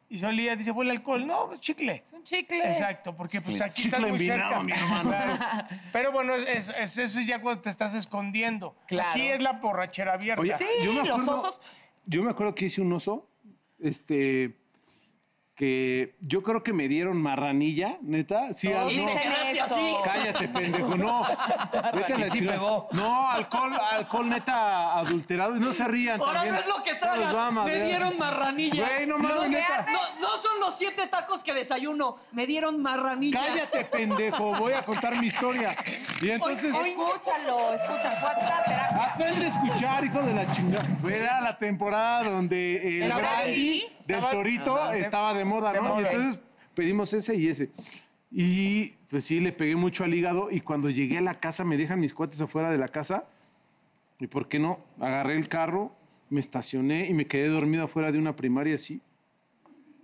[SPEAKER 4] Y yo olía, dice, huele a alcohol. No, pues chicle.
[SPEAKER 5] Es un chicle.
[SPEAKER 4] Exacto, porque pues aquí estás
[SPEAKER 2] Chicle
[SPEAKER 4] muy
[SPEAKER 2] envinado,
[SPEAKER 4] cerca.
[SPEAKER 2] mi hermano.
[SPEAKER 4] Claro. Pero bueno, es, es- eso es ya cuando te estás escondiendo.
[SPEAKER 5] Claro.
[SPEAKER 4] Aquí es la borrachera abierta.
[SPEAKER 2] Oye,
[SPEAKER 5] Sí,
[SPEAKER 2] yo me
[SPEAKER 5] los
[SPEAKER 2] acuerdo-
[SPEAKER 5] osos.
[SPEAKER 2] Yo me acuerdo que hice un oso, este, que yo creo que me dieron marranilla, neta. Sí,
[SPEAKER 5] No,
[SPEAKER 2] al-
[SPEAKER 1] Y
[SPEAKER 5] no.
[SPEAKER 1] te quedaste
[SPEAKER 5] Eso.
[SPEAKER 1] así.
[SPEAKER 2] Cállate, pendejo, no. Vete a la
[SPEAKER 3] Y sí
[SPEAKER 2] chingada.
[SPEAKER 3] pegó.
[SPEAKER 2] No, alcohol, alcohol neta adulterado. Y no se rían.
[SPEAKER 1] Ahora
[SPEAKER 2] también.
[SPEAKER 1] no es lo que
[SPEAKER 2] No
[SPEAKER 1] tragas.
[SPEAKER 2] los va a
[SPEAKER 1] me
[SPEAKER 2] madrear.
[SPEAKER 1] dieron marranilla.
[SPEAKER 2] Güey, no
[SPEAKER 1] No,
[SPEAKER 2] mames, neta.
[SPEAKER 1] no- no son los siete tacos que desayuno. Me dieron marranilla.
[SPEAKER 2] Cállate, pendejo. Voy a contar mi historia. Y entonces. Ah.
[SPEAKER 5] Escúchalo, escúchalo. Fue a terapia.
[SPEAKER 2] Aprende a escuchar, hijo de la chingada. Era la temporada donde el
[SPEAKER 5] ¿El brandy?
[SPEAKER 2] brandy del
[SPEAKER 4] Estaba-
[SPEAKER 2] torito
[SPEAKER 4] Ajá.
[SPEAKER 2] estaba de moda,
[SPEAKER 4] De
[SPEAKER 2] ¿no? Y
[SPEAKER 4] moda.
[SPEAKER 2] entonces pedimos ese y ese. Y pues sí, le pegué mucho al hígado y cuando llegué a la casa me dejan mis cuates afuera de la casa. ¿Y por qué no? Agarré el carro, me estacioné y me quedé dormido afuera de una primaria así.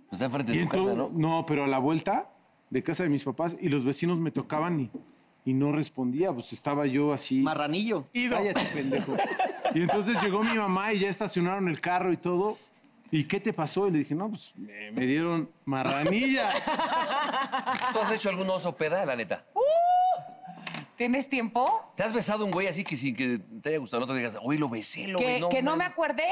[SPEAKER 3] Pues Está enfrente
[SPEAKER 2] Y
[SPEAKER 3] de tu casa,
[SPEAKER 2] entonces,
[SPEAKER 3] ¿no?
[SPEAKER 2] ¿no? pero a la vuelta de casa de mis papás y los vecinos me tocaban y, y no respondía, pues estaba yo así.
[SPEAKER 1] Marranillo.
[SPEAKER 4] Ido.
[SPEAKER 2] Cállate, pendejo. Y entonces llegó mi mamá y ya estacionaron el carro y todo. ¿Y qué te pasó? Y le dije, no, pues me, me dieron marranilla.
[SPEAKER 3] ¿Tú has hecho algún oso peda, la neta?
[SPEAKER 5] ¿Tienes tiempo?
[SPEAKER 3] ¿Te has besado a un güey así que sin que te haya gustado el otro digas, oye, lo besé, lo
[SPEAKER 5] que,
[SPEAKER 3] besé?
[SPEAKER 5] que no me
[SPEAKER 3] man".
[SPEAKER 5] acordé,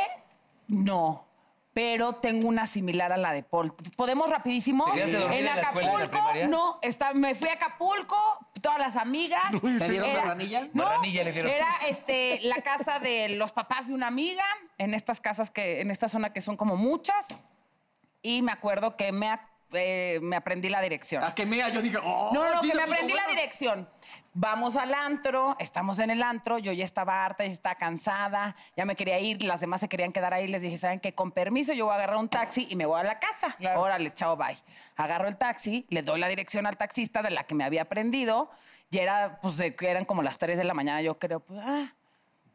[SPEAKER 5] no. Pero tengo una similar a la de Paul. ¿Podemos rapidísimo?
[SPEAKER 3] ¿Te quedaste dormida en la escuela, en la primaria?
[SPEAKER 5] no. está- me fui a Acapulco, todas las amigas.
[SPEAKER 1] ¿Te dieron
[SPEAKER 5] Era-
[SPEAKER 1] marranilla?
[SPEAKER 5] No,
[SPEAKER 3] Marranilla le dieron.
[SPEAKER 5] era este, la casa de los papás de una amiga, en estas casas que, en esta zona que son como muchas. Y me acuerdo que me, ac- eh, me aprendí la dirección.
[SPEAKER 1] A que mira, yo dije, oh,
[SPEAKER 5] No, no,
[SPEAKER 1] sí
[SPEAKER 5] que
[SPEAKER 1] se
[SPEAKER 5] me
[SPEAKER 1] puso
[SPEAKER 5] aprendí la
[SPEAKER 1] buena.
[SPEAKER 5] dirección. Vamos al antro, estamos en el antro, yo ya estaba harta, ya estaba cansada, ya me quería ir, las demás se querían quedar ahí, les dije, ¿saben qué? Con permiso, yo voy a agarrar un taxi y me voy a la casa.
[SPEAKER 4] Claro.
[SPEAKER 5] Órale, chao, bye. Agarro el taxi, le doy la dirección al taxista de la que me había aprendido y era, pues, de que eran como las 3 de la mañana, yo creo, pues, ah,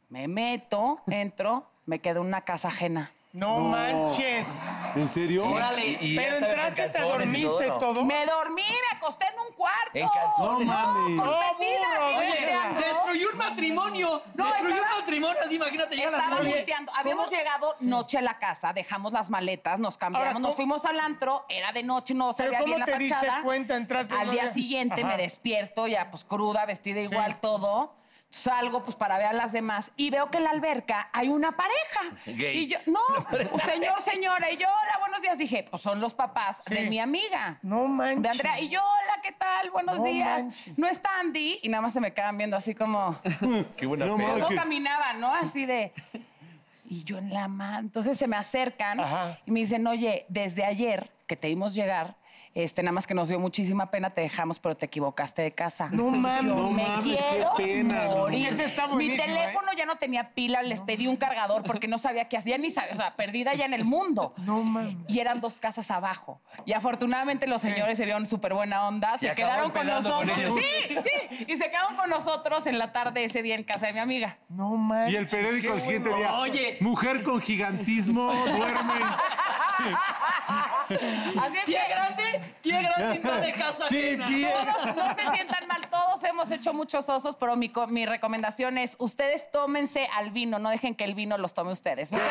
[SPEAKER 5] me meto, entro, me quedo en una casa ajena.
[SPEAKER 4] No,
[SPEAKER 2] No.
[SPEAKER 4] manches.
[SPEAKER 2] ¿En serio?
[SPEAKER 1] Órale.
[SPEAKER 3] Y- y ya
[SPEAKER 4] Pero
[SPEAKER 3] estabas en
[SPEAKER 4] entraste, te
[SPEAKER 3] calzones y
[SPEAKER 4] dormiste
[SPEAKER 3] todo.
[SPEAKER 4] todo.
[SPEAKER 5] Me dormí, me acosté en un cuarto.
[SPEAKER 3] En calzones.
[SPEAKER 2] No mames.
[SPEAKER 5] Con
[SPEAKER 4] No,
[SPEAKER 5] vestida,
[SPEAKER 4] burro,
[SPEAKER 5] así,
[SPEAKER 4] oye,
[SPEAKER 5] deseando.
[SPEAKER 1] Destruyó un matrimonio.
[SPEAKER 5] No,
[SPEAKER 1] destruyó
[SPEAKER 5] estaba-
[SPEAKER 1] un matrimonio, así imagínate, llega la
[SPEAKER 5] Estaba
[SPEAKER 1] señora.
[SPEAKER 5] volteando. Habíamos llegado noche a la casa, dejamos las maletas, nos cambiamos,
[SPEAKER 4] Ahora,
[SPEAKER 5] nos
[SPEAKER 4] ¿cómo-
[SPEAKER 5] fuimos al antro, era de noche, no se
[SPEAKER 4] Pero
[SPEAKER 5] veía bien
[SPEAKER 4] ¿cómo
[SPEAKER 5] la
[SPEAKER 4] te diste
[SPEAKER 5] fachada.
[SPEAKER 4] cuenta? Entraste
[SPEAKER 5] Al
[SPEAKER 4] en
[SPEAKER 5] día
[SPEAKER 4] una-
[SPEAKER 5] siguiente
[SPEAKER 4] Ajá.
[SPEAKER 5] me despierto, ya pues cruda, vestida igual, todo. Salgo pues para ver a las demás y veo que en la alberca hay una pareja.
[SPEAKER 3] Gay.
[SPEAKER 5] Y yo, no, señor, señora. Y yo, hola, buenos días. Dije, pues son los papás de
[SPEAKER 4] Sí.
[SPEAKER 5] mi amiga.
[SPEAKER 4] No manches.
[SPEAKER 5] De Andrea, y yo, hola, ¿qué tal? Buenos
[SPEAKER 4] No
[SPEAKER 5] días.
[SPEAKER 4] manches.
[SPEAKER 5] No está Andy, y nada más se me quedan viendo así como
[SPEAKER 3] Qué buena
[SPEAKER 2] No
[SPEAKER 3] peda.
[SPEAKER 2] mames.
[SPEAKER 5] cómo
[SPEAKER 2] Ok.
[SPEAKER 5] caminaba, ¿no? Así de. Y yo en la mano. Entonces se me acercan
[SPEAKER 4] Ajá.
[SPEAKER 5] y me dicen, oye, desde ayer que te vimos llegar, este, nada más que nos dio muchísima pena, te dejamos, pero te equivocaste de casa.
[SPEAKER 4] No mames.
[SPEAKER 5] Yo
[SPEAKER 2] No
[SPEAKER 5] me
[SPEAKER 2] mames, qué
[SPEAKER 5] quiero
[SPEAKER 2] pena, no.
[SPEAKER 5] morir.
[SPEAKER 4] Ese está
[SPEAKER 5] Mi
[SPEAKER 4] buenísimo,
[SPEAKER 5] teléfono ya no tenía pila, les pedí un cargador porque no sabía qué hacía, ni sabía, o sea, perdida ya en el mundo.
[SPEAKER 4] No mames.
[SPEAKER 5] Y eran dos casas abajo. Y afortunadamente los señores se vieron súper buena onda.
[SPEAKER 3] Y
[SPEAKER 5] Se
[SPEAKER 3] acabó
[SPEAKER 5] quedaron con
[SPEAKER 3] empedando con
[SPEAKER 5] nosotros.
[SPEAKER 3] ellos.
[SPEAKER 5] sí, sí. Y se quedaron con nosotros en la tarde ese día en casa de mi amiga.
[SPEAKER 4] No manches.
[SPEAKER 2] Y el periódico el siguiente día.
[SPEAKER 1] Oye.
[SPEAKER 2] Mujer con gigantismo duerme.
[SPEAKER 5] Así es
[SPEAKER 1] Pie
[SPEAKER 5] que
[SPEAKER 1] grande, pie grande, entra de casa
[SPEAKER 2] Sí,
[SPEAKER 1] ajena.
[SPEAKER 2] bien.
[SPEAKER 5] todos no se sientan mal. Todos hemos hecho muchos osos, pero mi, co- mi recomendación es ustedes tómense al vino. No dejen que el vino los tome ustedes. Muchas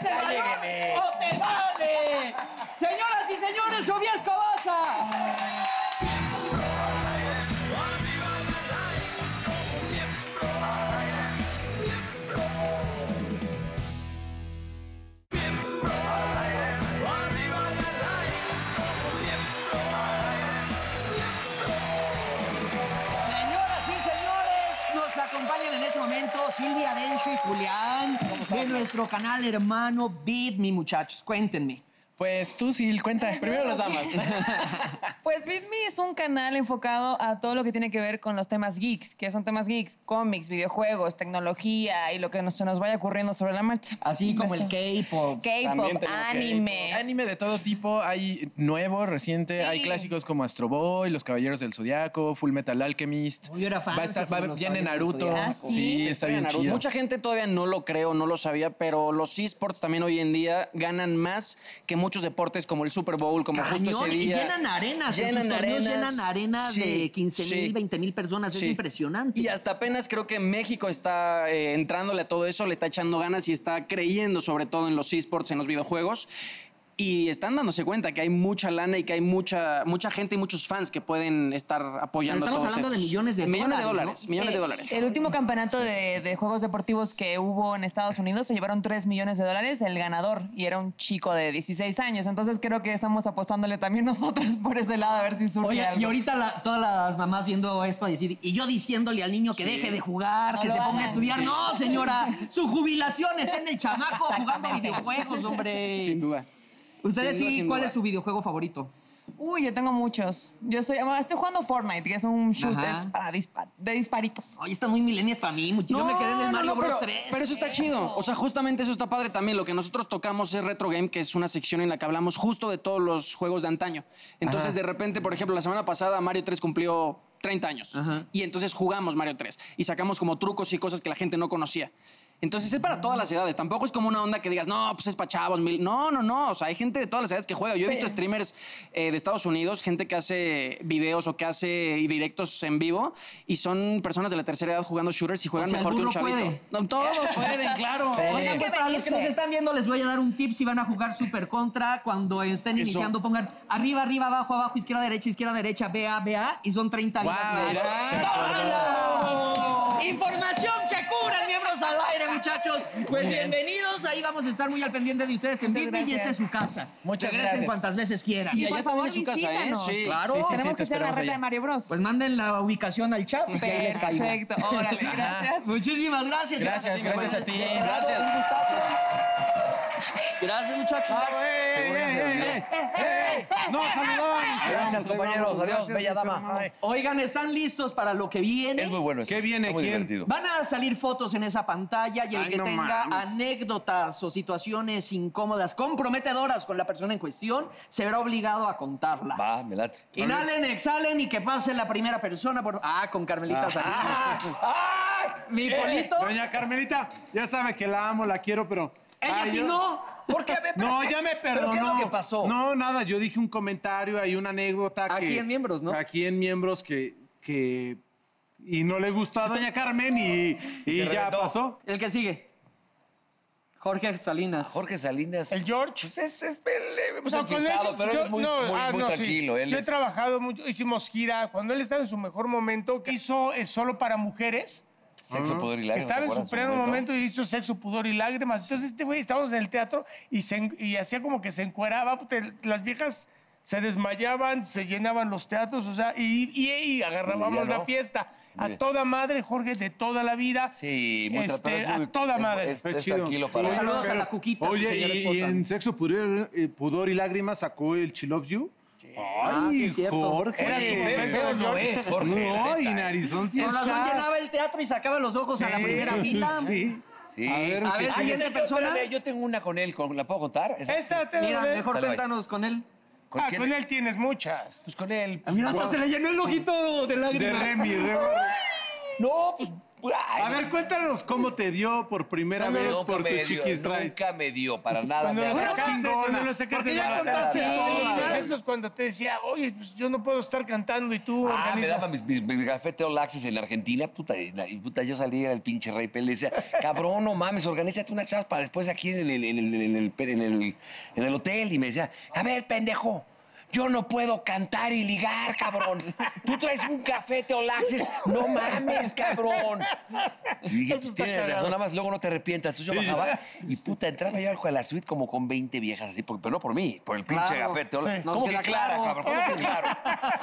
[SPEAKER 1] ¿Tienes el valor o te vale? Señoras y señores, Sofía Escobosa. Señoras y señores, nos acompañan en este momento Silvia Dencho y Julián de nuestro canal hermano Beat Me, muchachos. Cuéntenme.
[SPEAKER 6] Pues tú, Sil, cuenta. Primero las damas.
[SPEAKER 7] Pues BitMe es un canal enfocado a todo lo que tiene que ver con los temas geeks, que son temas geeks, cómics, videojuegos, tecnología y lo que nos, se nos vaya ocurriendo sobre la marcha.
[SPEAKER 1] Así como el K-pop.
[SPEAKER 6] También
[SPEAKER 7] K-pop,
[SPEAKER 6] tenemos que-
[SPEAKER 7] anime.
[SPEAKER 6] Anime de todo tipo. Hay nuevo, reciente.
[SPEAKER 7] Sí.
[SPEAKER 6] Hay clásicos como Astro Boy, Los Caballeros del Zodiaco, Full Metal Alchemist.
[SPEAKER 1] Uy, yo era fan
[SPEAKER 6] Va a
[SPEAKER 1] de
[SPEAKER 6] estar,
[SPEAKER 1] esos
[SPEAKER 6] va-
[SPEAKER 1] de los
[SPEAKER 6] viene
[SPEAKER 1] Caballeros del
[SPEAKER 6] Naruto.
[SPEAKER 1] Zodiaco.
[SPEAKER 7] Ah,
[SPEAKER 6] sí, está bien
[SPEAKER 8] Naruto.
[SPEAKER 6] chido.
[SPEAKER 8] Mucha gente todavía no lo creo, no lo sabía, pero los esports también hoy en día ganan más que muchos deportes como el Super Bowl, como justo
[SPEAKER 1] Cañón,
[SPEAKER 8] ese
[SPEAKER 1] y
[SPEAKER 8] día.
[SPEAKER 1] llenan arenas, en sus torneos llenan arenas de 15 mil, 20 mil personas, es impresionante.
[SPEAKER 8] Y hasta apenas creo que México está eh, entrándole a todo eso, le está echando ganas y está creyendo sobre todo en los esports, en los videojuegos. Y están dándose cuenta que hay mucha lana y que hay mucha, mucha gente y muchos fans que pueden estar apoyando. a
[SPEAKER 1] Pero estamos
[SPEAKER 8] todos
[SPEAKER 1] hablando de
[SPEAKER 8] estos.
[SPEAKER 1] millones de
[SPEAKER 8] millones de
[SPEAKER 1] dólares,
[SPEAKER 8] dólares. Millones de
[SPEAKER 7] Eh,
[SPEAKER 8] dólares.
[SPEAKER 7] El último campeonato de, de juegos deportivos que hubo en Estados Unidos se llevaron 3 millones de dólares el ganador y era un chico de 16 años. Entonces creo que estamos apostándole también nosotros por ese lado a ver si surge
[SPEAKER 1] Oye,
[SPEAKER 7] algo.
[SPEAKER 1] y ahorita la- todas las mamás viendo esto a decir, y yo diciéndole al niño que deje de jugar,
[SPEAKER 7] No
[SPEAKER 1] que
[SPEAKER 7] lo
[SPEAKER 1] se ponga a
[SPEAKER 7] hagan.
[SPEAKER 1] estudiar. No, señora, su jubilación está en el chamaco jugando videojuegos, hombre.
[SPEAKER 8] Sin duda.
[SPEAKER 1] Ustedes
[SPEAKER 8] Sin duda,
[SPEAKER 1] sí,
[SPEAKER 8] sin
[SPEAKER 1] ¿cuál
[SPEAKER 8] duda.
[SPEAKER 1] es su videojuego favorito?
[SPEAKER 7] Uy, yo tengo muchos. Yo soy, bueno, estoy jugando Fortnite, que es un shooter
[SPEAKER 1] Ajá.
[SPEAKER 7] para dispa- de disparitos.
[SPEAKER 1] Oye, están muy milenias para mí. mucho. yo me quedé en el Mario Bros.
[SPEAKER 8] pero,
[SPEAKER 1] 3.
[SPEAKER 8] pero eso está chido. O sea, justamente eso está padre también. Lo que nosotros tocamos es Retro Game, que es una sección en la que hablamos justo de todos los juegos de antaño. Entonces, de repente, por ejemplo, la semana pasada Mario 3 cumplió 30 años.
[SPEAKER 1] Ajá.
[SPEAKER 8] Y entonces jugamos Mario 3 y sacamos como trucos y cosas que la gente no conocía. Entonces es para todas las edades. Tampoco es como una onda que digas, no, pues es para chavos. mil". No, no, no. O sea, hay gente de todas las edades que juega. Yo he visto streamers eh, de Estados Unidos, gente que hace videos o que hace directos en vivo y son personas de la tercera edad jugando shooters y juegan
[SPEAKER 1] O sea, el
[SPEAKER 8] mejor que un
[SPEAKER 1] burro
[SPEAKER 8] chavito.
[SPEAKER 1] puede.
[SPEAKER 8] No, todos pueden, claro.
[SPEAKER 1] Oigan, pues, para los que nos están viendo, les voy a dar un tip si van a jugar super contra. Cuando estén iniciando, pongan arriba, arriba, abajo, abajo, izquierda, derecha, izquierda, derecha, BA, BA, y son 30 vidas
[SPEAKER 6] Guau,
[SPEAKER 1] más.
[SPEAKER 6] mira, se
[SPEAKER 1] ¡Tómala! Información que cubran miembros al aire, muchachos. Pues bienvenidos, ahí vamos a estar muy al pendiente de ustedes en
[SPEAKER 7] Muchas
[SPEAKER 1] Bitme y esta
[SPEAKER 7] gracias.
[SPEAKER 1] es su casa.
[SPEAKER 6] Muchas
[SPEAKER 1] Regresen
[SPEAKER 6] gracias.
[SPEAKER 1] cuantas veces quieran.
[SPEAKER 8] Y
[SPEAKER 7] Por
[SPEAKER 8] allá también
[SPEAKER 7] favor,
[SPEAKER 8] es su casa, ¿eh?
[SPEAKER 7] visítanos.
[SPEAKER 8] Sí,
[SPEAKER 6] Claro. sí, sí,
[SPEAKER 7] Tenemos
[SPEAKER 6] sí, te
[SPEAKER 7] que hacer la
[SPEAKER 6] esperamos
[SPEAKER 7] reta
[SPEAKER 6] allá.
[SPEAKER 7] de Mario Bros.
[SPEAKER 1] Pues manden la ubicación al chat y que ahí les caigo.
[SPEAKER 7] Perfecto, órale, gracias.
[SPEAKER 1] Muchísimas gracias.
[SPEAKER 6] Gracias, gracias a ti.
[SPEAKER 1] Gracias.
[SPEAKER 6] Gracias.
[SPEAKER 1] Un gustazo. Gracias, muchachos.
[SPEAKER 3] Ah, Eh,
[SPEAKER 2] No, saludaban.
[SPEAKER 3] Gracias, compañeros. Adiós,
[SPEAKER 2] Gracias,
[SPEAKER 3] bella
[SPEAKER 2] mis
[SPEAKER 3] dama. Ah.
[SPEAKER 2] hermanos.
[SPEAKER 1] Oigan, ¿están listos para lo que viene?
[SPEAKER 3] Es muy bueno eso.
[SPEAKER 2] ¿Qué viene?
[SPEAKER 3] Está muy
[SPEAKER 2] ¿Quién?
[SPEAKER 3] divertido.
[SPEAKER 1] Van a salir fotos en esa pantalla y el
[SPEAKER 2] Ay,
[SPEAKER 1] que
[SPEAKER 2] no
[SPEAKER 1] tenga
[SPEAKER 2] mames.
[SPEAKER 1] anécdotas o situaciones incómodas, comprometedoras con la persona en cuestión, se verá obligado a contarla.
[SPEAKER 3] Va, me late.
[SPEAKER 1] Inhalen, exhalen y que pase la primera persona. Por... Ah, con Carmelita Salinas.
[SPEAKER 3] Ah,
[SPEAKER 1] Mi
[SPEAKER 2] eh,
[SPEAKER 1] polito.
[SPEAKER 2] Doña Carmelita, ya sabe que la amo, la quiero, pero.
[SPEAKER 1] Ella
[SPEAKER 2] Ay, yo-
[SPEAKER 1] atinó.
[SPEAKER 3] ¿Por qué?
[SPEAKER 2] No, ya me perdonó.
[SPEAKER 3] ¿Pero qué es lo que pasó?
[SPEAKER 2] No, nada, yo dije un comentario, hay una anécdota.
[SPEAKER 1] Aquí
[SPEAKER 2] que-
[SPEAKER 1] en Miembros, ¿no?
[SPEAKER 2] Aquí en Miembros que. que y no le gustó a Doña Carmen y, y
[SPEAKER 3] te
[SPEAKER 2] ya
[SPEAKER 3] reventó.
[SPEAKER 2] pasó.
[SPEAKER 1] El que sigue. Jorge Salinas.
[SPEAKER 3] Jorge Salinas.
[SPEAKER 4] El George.
[SPEAKER 3] Pues es, es, él es
[SPEAKER 4] No, con
[SPEAKER 3] enfiestado,
[SPEAKER 4] él,
[SPEAKER 3] pero
[SPEAKER 4] yo-
[SPEAKER 3] él es muy,
[SPEAKER 4] no,
[SPEAKER 3] muy,
[SPEAKER 4] ah,
[SPEAKER 3] muy
[SPEAKER 4] no, sí.
[SPEAKER 3] tranquilo. Él
[SPEAKER 4] yo
[SPEAKER 3] es-
[SPEAKER 4] he trabajado mucho, hicimos gira. Cuando él estaba en su mejor momento, que hizo eh, solo para mujeres.
[SPEAKER 3] Sexo, poder y
[SPEAKER 4] que
[SPEAKER 3] lágrimas.
[SPEAKER 4] estaba
[SPEAKER 3] ¿te
[SPEAKER 4] en su
[SPEAKER 3] acuerdas?
[SPEAKER 4] pleno momento y hizo sexo, pudor y lágrimas. Entonces, este güey, estábamos en el teatro y, se en- y hacía como que se encueraba. pues, te- las viejas se desmayaban, se llenaban los teatros, o sea, y, y- y agarrábamos
[SPEAKER 3] Ya no.
[SPEAKER 4] la fiesta. A
[SPEAKER 3] Mire.
[SPEAKER 4] toda madre, Jorge, de toda la vida.
[SPEAKER 3] Sí, muy
[SPEAKER 4] Este,
[SPEAKER 3] tratado, es
[SPEAKER 4] a
[SPEAKER 3] muy-
[SPEAKER 4] toda
[SPEAKER 3] es-
[SPEAKER 4] madre.
[SPEAKER 3] Es,
[SPEAKER 2] Qué
[SPEAKER 3] es
[SPEAKER 2] chido.
[SPEAKER 3] tranquilo para
[SPEAKER 1] Sí.
[SPEAKER 3] él.
[SPEAKER 1] Saludos a la Cuquita, su
[SPEAKER 2] Oye,
[SPEAKER 1] señora
[SPEAKER 2] y, y
[SPEAKER 1] esposa.
[SPEAKER 2] en Sexo, Pudor, eh, Pudor y Lágrimas sacó el She Loves You.
[SPEAKER 1] Ah, sí,
[SPEAKER 2] Ay,
[SPEAKER 1] es cierto.
[SPEAKER 2] Jorge.
[SPEAKER 4] Era su
[SPEAKER 3] Qué
[SPEAKER 4] jefe,
[SPEAKER 3] feo
[SPEAKER 4] don
[SPEAKER 3] no
[SPEAKER 4] Jorge.
[SPEAKER 3] es, Jorge.
[SPEAKER 2] no,
[SPEAKER 3] neta,
[SPEAKER 2] y
[SPEAKER 3] ¿eh?
[SPEAKER 2] Narizón sí
[SPEAKER 1] Con
[SPEAKER 2] está.
[SPEAKER 1] razón llenaba el teatro y sacaba los ojos a la primera fila.
[SPEAKER 2] Sí.
[SPEAKER 3] Sí.
[SPEAKER 2] A ver,
[SPEAKER 1] A
[SPEAKER 2] ¿qué
[SPEAKER 1] ver,
[SPEAKER 2] sigue?
[SPEAKER 1] siguiente
[SPEAKER 3] Espérame,
[SPEAKER 1] persona.
[SPEAKER 3] yo tengo una con él, con- ¿la puedo contar? Esa-
[SPEAKER 4] Esta te
[SPEAKER 1] Mira,
[SPEAKER 4] de-
[SPEAKER 1] mejor
[SPEAKER 3] Sale, bye.
[SPEAKER 1] cuéntanos con él.
[SPEAKER 3] ¿Con
[SPEAKER 4] Ah,
[SPEAKER 3] quién?
[SPEAKER 4] con él tienes muchas.
[SPEAKER 3] Pues con él. pues,
[SPEAKER 1] Mira, hasta se le llenó el ojito de
[SPEAKER 2] de
[SPEAKER 1] lágrimas.
[SPEAKER 2] Remy, Remy.
[SPEAKER 3] No, pues. ay,
[SPEAKER 2] A ver, cuéntanos cómo te dio por primera
[SPEAKER 3] nunca
[SPEAKER 2] vez por tu
[SPEAKER 3] me dio,
[SPEAKER 2] chiquis traes.
[SPEAKER 3] Nunca me dio, para nada.
[SPEAKER 4] Cuando
[SPEAKER 3] me
[SPEAKER 4] lo
[SPEAKER 3] agarró.
[SPEAKER 4] sacaste,
[SPEAKER 2] chingona.
[SPEAKER 4] cuando lo sacaste
[SPEAKER 2] Porque
[SPEAKER 4] de
[SPEAKER 2] ya
[SPEAKER 4] la
[SPEAKER 3] contaste
[SPEAKER 4] tarde.
[SPEAKER 1] todas.
[SPEAKER 4] Eso es cuando te decía, oye, pues yo no puedo estar cantando y tú
[SPEAKER 3] Ah, me
[SPEAKER 4] organizas.
[SPEAKER 3] daba mis- mi, mi café All Access en Argentina, puta, y, la- y puta, yo salía el pinche rey Pelé, le decía, cabrón, no mames, organízate una chavas para después aquí en el, en el- en el- en el- en el hotel. Y me decía, a ver, pendejo, yo no puedo cantar y ligar, cabrón. Tú traes un café All Access, no mames, cabrón. Y dije,
[SPEAKER 4] Eso
[SPEAKER 3] pues
[SPEAKER 4] está
[SPEAKER 3] tienes
[SPEAKER 4] cagado.
[SPEAKER 3] razón, nada más luego no te arrepientas. Entonces yo bajaba y puta, entraba yo al- a la suite como con 20 viejas así, porque- pero no por mí, por el pinche
[SPEAKER 1] Claro,
[SPEAKER 3] café All
[SPEAKER 1] sí.
[SPEAKER 3] Access.
[SPEAKER 1] Nos
[SPEAKER 3] ¿Cómo que
[SPEAKER 1] queda
[SPEAKER 3] clara,
[SPEAKER 1] claro.
[SPEAKER 3] cabrón? ¿Cómo que claro?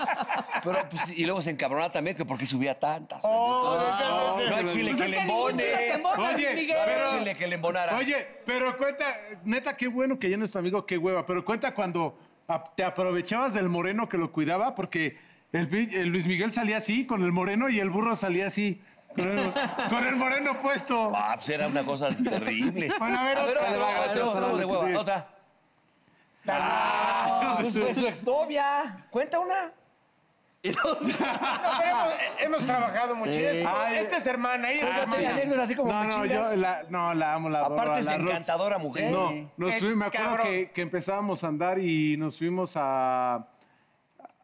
[SPEAKER 3] Pero, pues, y luego se encabronaba también que porque subía tantas.
[SPEAKER 4] Oh, de esas- de-
[SPEAKER 3] no hay chile
[SPEAKER 1] Pues
[SPEAKER 3] que
[SPEAKER 1] es
[SPEAKER 3] le
[SPEAKER 1] que ningún
[SPEAKER 3] embone.
[SPEAKER 1] chile te embona,
[SPEAKER 2] Oye,
[SPEAKER 1] Luis Miguel.
[SPEAKER 3] No
[SPEAKER 2] pero-
[SPEAKER 3] hay chile que le embonara.
[SPEAKER 2] Oye, pero cuenta, neta, qué bueno que ya nuestro amigo, qué hueva, pero cuenta cuando a- te aprovechabas del moreno que lo cuidaba, porque el, pi- el Luis Miguel salía así con el moreno y el burro salía así. Con el, con el moreno puesto.
[SPEAKER 3] Ah, pues era una cosa terrible.
[SPEAKER 4] Bueno, a ver, otra.
[SPEAKER 3] otra, otra,
[SPEAKER 1] otra,
[SPEAKER 3] otra,
[SPEAKER 1] otra,
[SPEAKER 3] de hueva,
[SPEAKER 2] sí.
[SPEAKER 3] otra.
[SPEAKER 2] Hijos
[SPEAKER 3] Pues
[SPEAKER 2] de su-
[SPEAKER 3] fue su exnovia. Cuenta una.
[SPEAKER 4] No, pero hemos, hemos trabajado muchísimo.
[SPEAKER 2] Ay. ah,
[SPEAKER 4] Esta Este es hermana, ella es
[SPEAKER 3] Cuenta
[SPEAKER 4] hermana.
[SPEAKER 3] la anécdota así como
[SPEAKER 2] No, no, yo
[SPEAKER 3] chingas.
[SPEAKER 2] la, no, la amo, la adoro,
[SPEAKER 3] Aparte
[SPEAKER 2] a
[SPEAKER 3] es
[SPEAKER 2] la Rox.
[SPEAKER 3] encantadora mujer.
[SPEAKER 2] No, nos
[SPEAKER 4] Qué
[SPEAKER 2] fuimos, me acuerdo
[SPEAKER 4] cabrón.
[SPEAKER 2] que, que empezábamos a andar y nos fuimos a... a-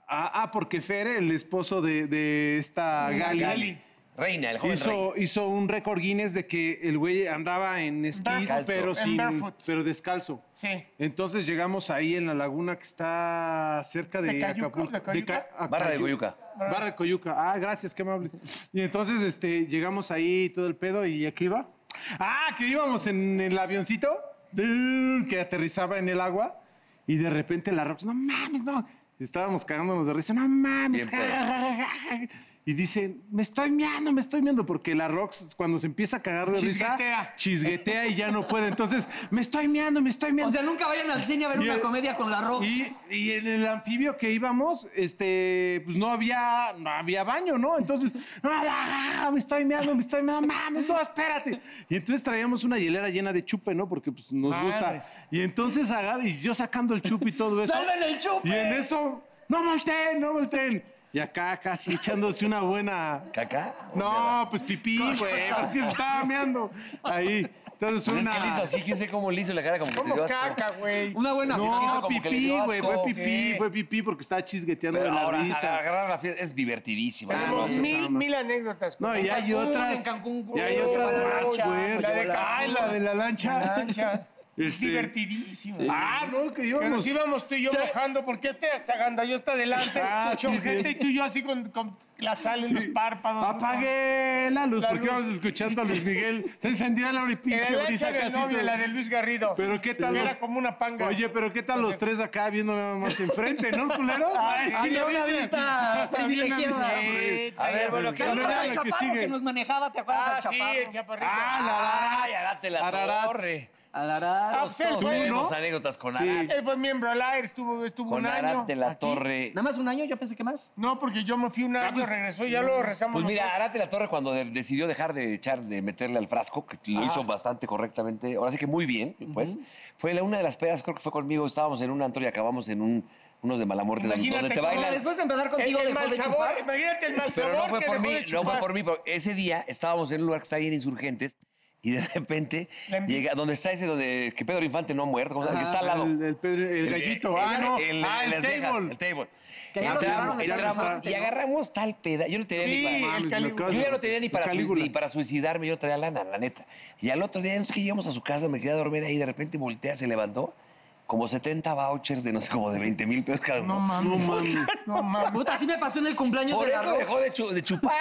[SPEAKER 2] Ah, porque Fer, el esposo de, de esta Gali,
[SPEAKER 4] Gali.
[SPEAKER 3] Reina, el joven rey.
[SPEAKER 2] hizo, hizo un récord Guinness de que el güey andaba en esquís,
[SPEAKER 3] Descalzo.
[SPEAKER 2] pero,
[SPEAKER 4] En
[SPEAKER 2] sin,
[SPEAKER 4] barefoot.
[SPEAKER 2] pero descalzo.
[SPEAKER 4] Sí.
[SPEAKER 2] Entonces llegamos ahí en la laguna que está cerca de,
[SPEAKER 4] ¿De Cayuca?
[SPEAKER 2] Acapulco.
[SPEAKER 4] ¿De Cayuca?
[SPEAKER 2] Ca-
[SPEAKER 3] Barra de
[SPEAKER 2] Acayu-
[SPEAKER 3] Coyuca.
[SPEAKER 2] Barra de Coyuca. Ah, gracias, qué amables. Y entonces este, llegamos ahí y todo el pedo y aquí iba. Ah, que íbamos en el avioncito ¡dum! que aterrizaba en el agua y de repente la Rox, no mames, no. Estábamos cagándonos de risa, no mames.
[SPEAKER 3] Bien
[SPEAKER 2] ja,
[SPEAKER 3] feo.
[SPEAKER 2] ja, ja, ja, ja. Y dicen, me estoy miando, me estoy miando, porque la Rox cuando se empieza a cagar de risa,
[SPEAKER 4] Chisguetea.
[SPEAKER 2] chisguetea y ya no puede. Entonces, me estoy miando, me estoy miando.
[SPEAKER 1] O sea, nunca vayan al cine a ver
[SPEAKER 2] Y
[SPEAKER 1] una
[SPEAKER 2] el-
[SPEAKER 1] comedia con la Rox.
[SPEAKER 2] Y, y en el anfibio que íbamos, este, pues no había, no había baño, ¿no? Entonces, ¡ah, me estoy meando, me estoy meando, mames, no, espérate. Y entonces traíamos una hielera llena de chupe, ¿no? Porque pues nos gusta.
[SPEAKER 4] Madres.
[SPEAKER 2] Y entonces agar- y yo sacando el chupe y todo eso.
[SPEAKER 1] ¡Salven el chupe!
[SPEAKER 2] Y en eso, no volteen, no volteen. Y acá casi echándose una buena.
[SPEAKER 3] ¿Caca?
[SPEAKER 2] No, pues pipí, güey, porque se estaba meando. Ahí. Entonces
[SPEAKER 3] Pues es
[SPEAKER 2] una.
[SPEAKER 3] que le hizo así, quién sé cómo le hizo la cara como que te
[SPEAKER 4] Como
[SPEAKER 3] dio asco.
[SPEAKER 4] caca, güey.
[SPEAKER 1] Una buena
[SPEAKER 3] Es que hizo
[SPEAKER 2] No,
[SPEAKER 3] como que le
[SPEAKER 2] pipí,
[SPEAKER 3] dio
[SPEAKER 2] güey,
[SPEAKER 3] asco.
[SPEAKER 2] fue pipí,
[SPEAKER 4] Sí.
[SPEAKER 2] fue pipí porque estaba chisgueteando de
[SPEAKER 3] Pero
[SPEAKER 2] la
[SPEAKER 3] ahora,
[SPEAKER 2] risa.
[SPEAKER 3] agarrar la fiesta es divertidísima.
[SPEAKER 2] Ah,
[SPEAKER 3] ¿no?
[SPEAKER 4] Tenemos
[SPEAKER 2] no,
[SPEAKER 4] mil,
[SPEAKER 2] no.
[SPEAKER 4] mil anécdotas.
[SPEAKER 2] No, y
[SPEAKER 1] En
[SPEAKER 2] hay
[SPEAKER 1] Cancún,
[SPEAKER 2] otras.
[SPEAKER 1] en Cancún,
[SPEAKER 2] y hay
[SPEAKER 1] güey,
[SPEAKER 2] otras
[SPEAKER 1] la
[SPEAKER 2] más
[SPEAKER 1] lancha,
[SPEAKER 2] fuertes.
[SPEAKER 4] la de
[SPEAKER 2] Ay,
[SPEAKER 4] Cancún.
[SPEAKER 2] la de la lancha.
[SPEAKER 4] Lancha. Es
[SPEAKER 2] Este-
[SPEAKER 4] divertidísimo.
[SPEAKER 3] eh,
[SPEAKER 2] Ah, no, que
[SPEAKER 4] Que
[SPEAKER 2] íbamos.
[SPEAKER 4] nos íbamos tú y yo mojando, porque este yo está adelante,
[SPEAKER 2] Ah,
[SPEAKER 4] escuchó
[SPEAKER 2] sí, sí.
[SPEAKER 4] gente y tú y yo así con, con la sal en los párpados.
[SPEAKER 2] Apagué la luz
[SPEAKER 4] La
[SPEAKER 2] porque
[SPEAKER 4] luz.
[SPEAKER 2] íbamos escuchando a Luis Miguel. Se encendía la hora y
[SPEAKER 4] El
[SPEAKER 2] pinche brisa
[SPEAKER 4] del
[SPEAKER 2] casi.
[SPEAKER 4] novio,
[SPEAKER 2] todo.
[SPEAKER 4] la de Luis Garrido.
[SPEAKER 2] Pero qué tal
[SPEAKER 4] Que
[SPEAKER 2] los-
[SPEAKER 4] Era como una panga.
[SPEAKER 2] Oye, pero ¿qué tal los tres acá viéndome más enfrente, no, culeros? Ah, Ay, sí,
[SPEAKER 1] Había
[SPEAKER 2] lo
[SPEAKER 1] una
[SPEAKER 2] dicen.
[SPEAKER 1] vista
[SPEAKER 2] Había una
[SPEAKER 1] privilegiada.
[SPEAKER 2] vista,
[SPEAKER 4] Sí,
[SPEAKER 2] hombre.
[SPEAKER 4] está
[SPEAKER 3] A ver,
[SPEAKER 4] bien.
[SPEAKER 3] bueno, ¿qué
[SPEAKER 1] ¿Te acuerdas
[SPEAKER 2] Pero
[SPEAKER 1] del
[SPEAKER 2] ya la que
[SPEAKER 1] chaparro que,
[SPEAKER 2] sigue.
[SPEAKER 1] nos manejaba? ¿Te acuerdas
[SPEAKER 4] Ah,
[SPEAKER 1] del
[SPEAKER 4] sí,
[SPEAKER 1] chaparro?
[SPEAKER 4] el chaparrito.
[SPEAKER 2] Ah, la
[SPEAKER 3] Ay, Arate la
[SPEAKER 2] Ararat.
[SPEAKER 3] torre.
[SPEAKER 1] Alará.
[SPEAKER 4] Ah, pues él fue-
[SPEAKER 3] Tenemos anécdotas con Arat.
[SPEAKER 4] Él fue miembro al aire, estuvo, estuvo
[SPEAKER 3] Con
[SPEAKER 4] un año.
[SPEAKER 3] Arat de la
[SPEAKER 4] aquí.
[SPEAKER 3] Torre.
[SPEAKER 1] Nada más un año, yo pensé que más.
[SPEAKER 4] No, porque yo me fui un año, regresó, ya lo rezamos.
[SPEAKER 3] Pues mira,
[SPEAKER 4] nosotros.
[SPEAKER 3] Arat de la Torre cuando de- decidió dejar de echar, de meterle al frasco, que lo hizo bastante correctamente, ahora sí que muy bien, pues, fue la una de las pedas, creo que fue conmigo, estábamos en un antro y acabamos en un, unos de mala muerte, donde-
[SPEAKER 4] Imagínate
[SPEAKER 3] donde te
[SPEAKER 4] cómo
[SPEAKER 1] Ahora,
[SPEAKER 3] bailan.
[SPEAKER 1] después de empezar contigo,
[SPEAKER 4] el, el
[SPEAKER 1] dejó
[SPEAKER 4] mal
[SPEAKER 1] de
[SPEAKER 4] sabor,
[SPEAKER 1] chupar.
[SPEAKER 4] imagínate el mal sabor
[SPEAKER 3] Pero no fue
[SPEAKER 4] que
[SPEAKER 3] por
[SPEAKER 4] dejó
[SPEAKER 3] mí,
[SPEAKER 4] de
[SPEAKER 3] no fue
[SPEAKER 4] chupar.
[SPEAKER 3] por mí. pero Ese día estábamos en un lugar que está ahí en Insurgentes y de repente
[SPEAKER 4] La envidia.
[SPEAKER 3] llega, donde está ese donde que Pedro Infante no ha muerto, ¿cómo se llama? El que está al lado.
[SPEAKER 2] Ah, El, el Pedro- el gallito. ah, no.
[SPEAKER 3] el-
[SPEAKER 2] ah, el
[SPEAKER 3] Las Vegas,
[SPEAKER 2] table.
[SPEAKER 3] el table.
[SPEAKER 1] Que ya nos llevaron
[SPEAKER 3] Entramos,
[SPEAKER 1] de
[SPEAKER 3] entramos
[SPEAKER 1] Carlos
[SPEAKER 3] y
[SPEAKER 1] Marte, ¿no?
[SPEAKER 3] agarramos tal peda. Yo no tenía
[SPEAKER 4] Sí,
[SPEAKER 3] ni para...
[SPEAKER 4] el
[SPEAKER 2] Mames,
[SPEAKER 4] Cali-
[SPEAKER 2] me acabas
[SPEAKER 3] Yo
[SPEAKER 2] de-
[SPEAKER 3] ya no tenía ni
[SPEAKER 2] el
[SPEAKER 3] para, sui-
[SPEAKER 2] Calígula.
[SPEAKER 3] ni para suicidarme, yo traía lana, la neta. Y al otro día, no sé qué, llegamos a su casa, me quedé a dormir ahí, de repente voltea, se levantó, como 70 vouchers de no sé, como de 20 mil pesos cada uno.
[SPEAKER 4] No mames,
[SPEAKER 2] No mames.
[SPEAKER 4] no mames.
[SPEAKER 1] Puta, así me pasó en el cumpleaños
[SPEAKER 3] Por
[SPEAKER 1] de la
[SPEAKER 3] eso
[SPEAKER 1] Rox.
[SPEAKER 3] dejó de, chu- de chupar.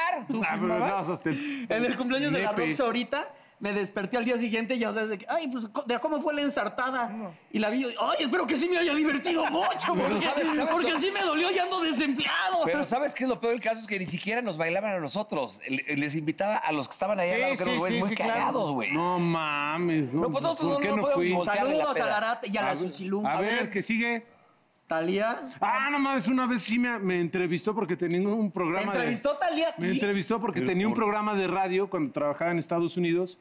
[SPEAKER 2] Ah, pero nada, hasta el-
[SPEAKER 1] En el cumpleaños de la
[SPEAKER 2] nepe.
[SPEAKER 1] Rox ahorita. Me desperté al día siguiente y ya sabes de que, ay, pues, co- de cómo fue la ensartada. Y la vi, yo, ay, espero que sí me haya divertido mucho, porque,
[SPEAKER 3] ¿sabes- sabes
[SPEAKER 1] porque
[SPEAKER 3] lo-
[SPEAKER 1] sí me dolió y ando desempleado.
[SPEAKER 3] Pero ¿sabes qué es lo peor del caso? Es que ni siquiera nos bailaban a nosotros. Le- Les invitaba a los que estaban allá
[SPEAKER 4] Sí,
[SPEAKER 3] al lado, que eran
[SPEAKER 4] sí,
[SPEAKER 3] güeyes
[SPEAKER 4] sí,
[SPEAKER 3] muy
[SPEAKER 4] sí, claro.
[SPEAKER 3] cagados, güey.
[SPEAKER 2] No mames, no.
[SPEAKER 3] No, pues nosotros
[SPEAKER 2] ¿Por
[SPEAKER 3] no-
[SPEAKER 2] qué
[SPEAKER 3] no
[SPEAKER 2] no
[SPEAKER 3] podemos
[SPEAKER 2] fui?
[SPEAKER 3] voltear. voltearle la
[SPEAKER 1] Saludos a
[SPEAKER 3] peda.
[SPEAKER 1] Larate y a la Susilú.
[SPEAKER 2] A ver, que sigue.
[SPEAKER 1] Talía.
[SPEAKER 2] Ah, no mames, una vez sí me, me entrevistó porque tenía un
[SPEAKER 1] ¿Te
[SPEAKER 2] programa. de-
[SPEAKER 1] entrevistó Talía
[SPEAKER 2] Me
[SPEAKER 1] aquí?
[SPEAKER 2] entrevistó porque tenía un programa de radio cuando trabajaba en Estados Unidos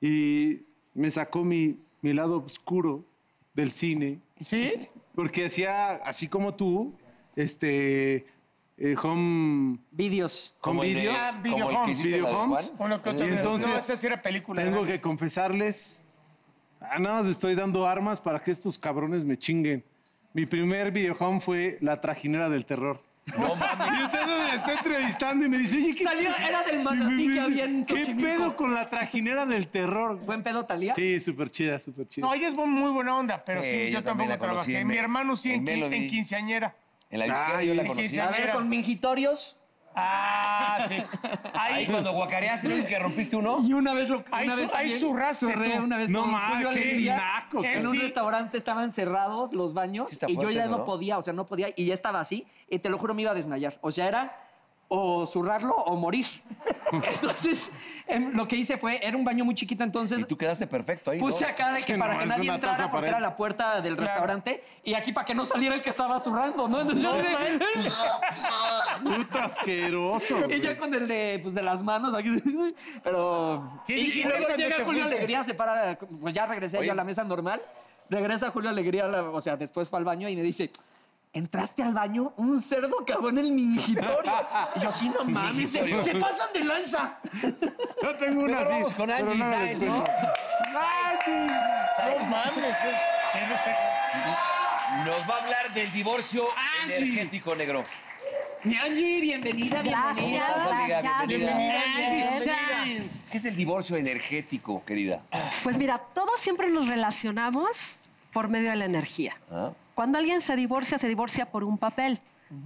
[SPEAKER 2] y me sacó mi, mi lado oscuro del cine
[SPEAKER 4] ¿Sí?
[SPEAKER 2] porque hacía, así como tú, este, eh, home,
[SPEAKER 1] Videos.
[SPEAKER 2] home
[SPEAKER 3] Como el de-
[SPEAKER 2] videos.
[SPEAKER 4] Ah,
[SPEAKER 3] como el que
[SPEAKER 4] videohomes.
[SPEAKER 3] hiciste la de
[SPEAKER 2] Videohomes.
[SPEAKER 3] Juan.
[SPEAKER 4] Bueno, que otra
[SPEAKER 2] Y
[SPEAKER 4] vez.
[SPEAKER 2] entonces,
[SPEAKER 4] no, esa sí era película.
[SPEAKER 2] Tengo
[SPEAKER 4] ¿verdad?
[SPEAKER 2] que confesarles, ah, nada más estoy dando armas para que estos cabrones me chinguen. Mi primer videohome fue La Trajinera del Terror. Y ustedes me está entrevistando y me dice, oye, ¿qué
[SPEAKER 1] Salía- era del manatí que había en
[SPEAKER 2] ¿Qué
[SPEAKER 1] Xochimilco.
[SPEAKER 2] pedo con la trajinera del terror?
[SPEAKER 1] ¿Buen pedo Talía?
[SPEAKER 2] Sí, súper chida, súper chida.
[SPEAKER 4] No, ella es muy buena onda, pero sí,
[SPEAKER 3] Sí,
[SPEAKER 4] yo,
[SPEAKER 3] yo también
[SPEAKER 4] tampoco
[SPEAKER 3] la conocí
[SPEAKER 4] trabajé.
[SPEAKER 3] en
[SPEAKER 4] Mi
[SPEAKER 3] Mel-
[SPEAKER 4] hermano sí en,
[SPEAKER 3] en
[SPEAKER 4] quin-
[SPEAKER 3] Melody.
[SPEAKER 4] en quinceañera.
[SPEAKER 3] En la disquera
[SPEAKER 2] Ay,
[SPEAKER 3] yo la
[SPEAKER 2] sí,
[SPEAKER 3] conocí.
[SPEAKER 4] sí,
[SPEAKER 1] A ver, con mingitorios.
[SPEAKER 4] Ah, sí.
[SPEAKER 3] Ahí
[SPEAKER 4] Ahí,
[SPEAKER 3] cuando guacareaste, ¿no dices que rompiste uno?
[SPEAKER 1] Y una vez lo
[SPEAKER 4] Ahí
[SPEAKER 1] una
[SPEAKER 4] su-
[SPEAKER 1] vez
[SPEAKER 4] ahí
[SPEAKER 1] también
[SPEAKER 4] zurraste
[SPEAKER 1] zurré
[SPEAKER 4] tú.
[SPEAKER 1] una vez
[SPEAKER 2] No
[SPEAKER 1] con
[SPEAKER 2] mames,
[SPEAKER 1] Julio
[SPEAKER 2] qué
[SPEAKER 1] Alegría.
[SPEAKER 2] naco,
[SPEAKER 1] En
[SPEAKER 4] cabrón.
[SPEAKER 1] un
[SPEAKER 4] Sí.
[SPEAKER 1] restaurante estaban cerrados los baños
[SPEAKER 3] Sí está
[SPEAKER 1] y yo
[SPEAKER 3] fuerte
[SPEAKER 1] ya
[SPEAKER 3] eso,
[SPEAKER 1] no
[SPEAKER 3] ¿no?
[SPEAKER 1] podía, o sea, no podía y ya estaba así y te lo juro me iba a desmayar. O sea, era o zurrarlo o morir. Entonces, em, lo que hice fue, era un baño muy chiquito, entonces
[SPEAKER 3] Y tú quedaste perfecto ahí. ¿no?
[SPEAKER 1] puse acá de
[SPEAKER 2] Sí,
[SPEAKER 1] que para que
[SPEAKER 2] nomás
[SPEAKER 1] nadie
[SPEAKER 2] una taza para
[SPEAKER 1] entrara porque
[SPEAKER 2] él.
[SPEAKER 1] era la puerta del restaurante y aquí para que no saliera el que estaba zurrando, ¿no? Entonces, yo de- "Eh".
[SPEAKER 2] Puta asqueroso.
[SPEAKER 1] Y ya
[SPEAKER 2] güey.
[SPEAKER 1] con el de, pues, de las manos, aquí, pero...
[SPEAKER 4] ¿Qué
[SPEAKER 1] y- y,
[SPEAKER 4] dijiste
[SPEAKER 1] luego
[SPEAKER 4] cuando te
[SPEAKER 1] llega Julio
[SPEAKER 4] fuiste?
[SPEAKER 1] Alegría, se para, pues ya regresé yo a la mesa normal, regresa Julio Alegría, a la- o sea, después fue al baño y me dice... Entraste al baño, un cerdo cagó en el mingitorio. Y yo, sí, no mames, se, se pasan de lanza.
[SPEAKER 2] Yo tengo una
[SPEAKER 3] Mejor
[SPEAKER 2] así.
[SPEAKER 3] vamos con Angie
[SPEAKER 2] me
[SPEAKER 3] Sainz,
[SPEAKER 2] descuento.
[SPEAKER 4] ah, sí. No mames. sí, sí, sí, sí.
[SPEAKER 3] Nos va a hablar del divorcio
[SPEAKER 4] Angie.
[SPEAKER 3] energético negro.
[SPEAKER 1] Mi Angie, bienvenida, bienvenida.
[SPEAKER 3] Gracias, amiga,
[SPEAKER 9] gracias.
[SPEAKER 3] bienvenida.
[SPEAKER 4] Angie
[SPEAKER 9] Bienvenida.
[SPEAKER 4] Sainz.
[SPEAKER 3] ¿Qué es el divorcio energético, querida?
[SPEAKER 9] Pues mira, todos siempre nos relacionamos por medio de la energía.
[SPEAKER 3] Ah.
[SPEAKER 9] Cuando alguien se divorcia, se divorcia por un papel,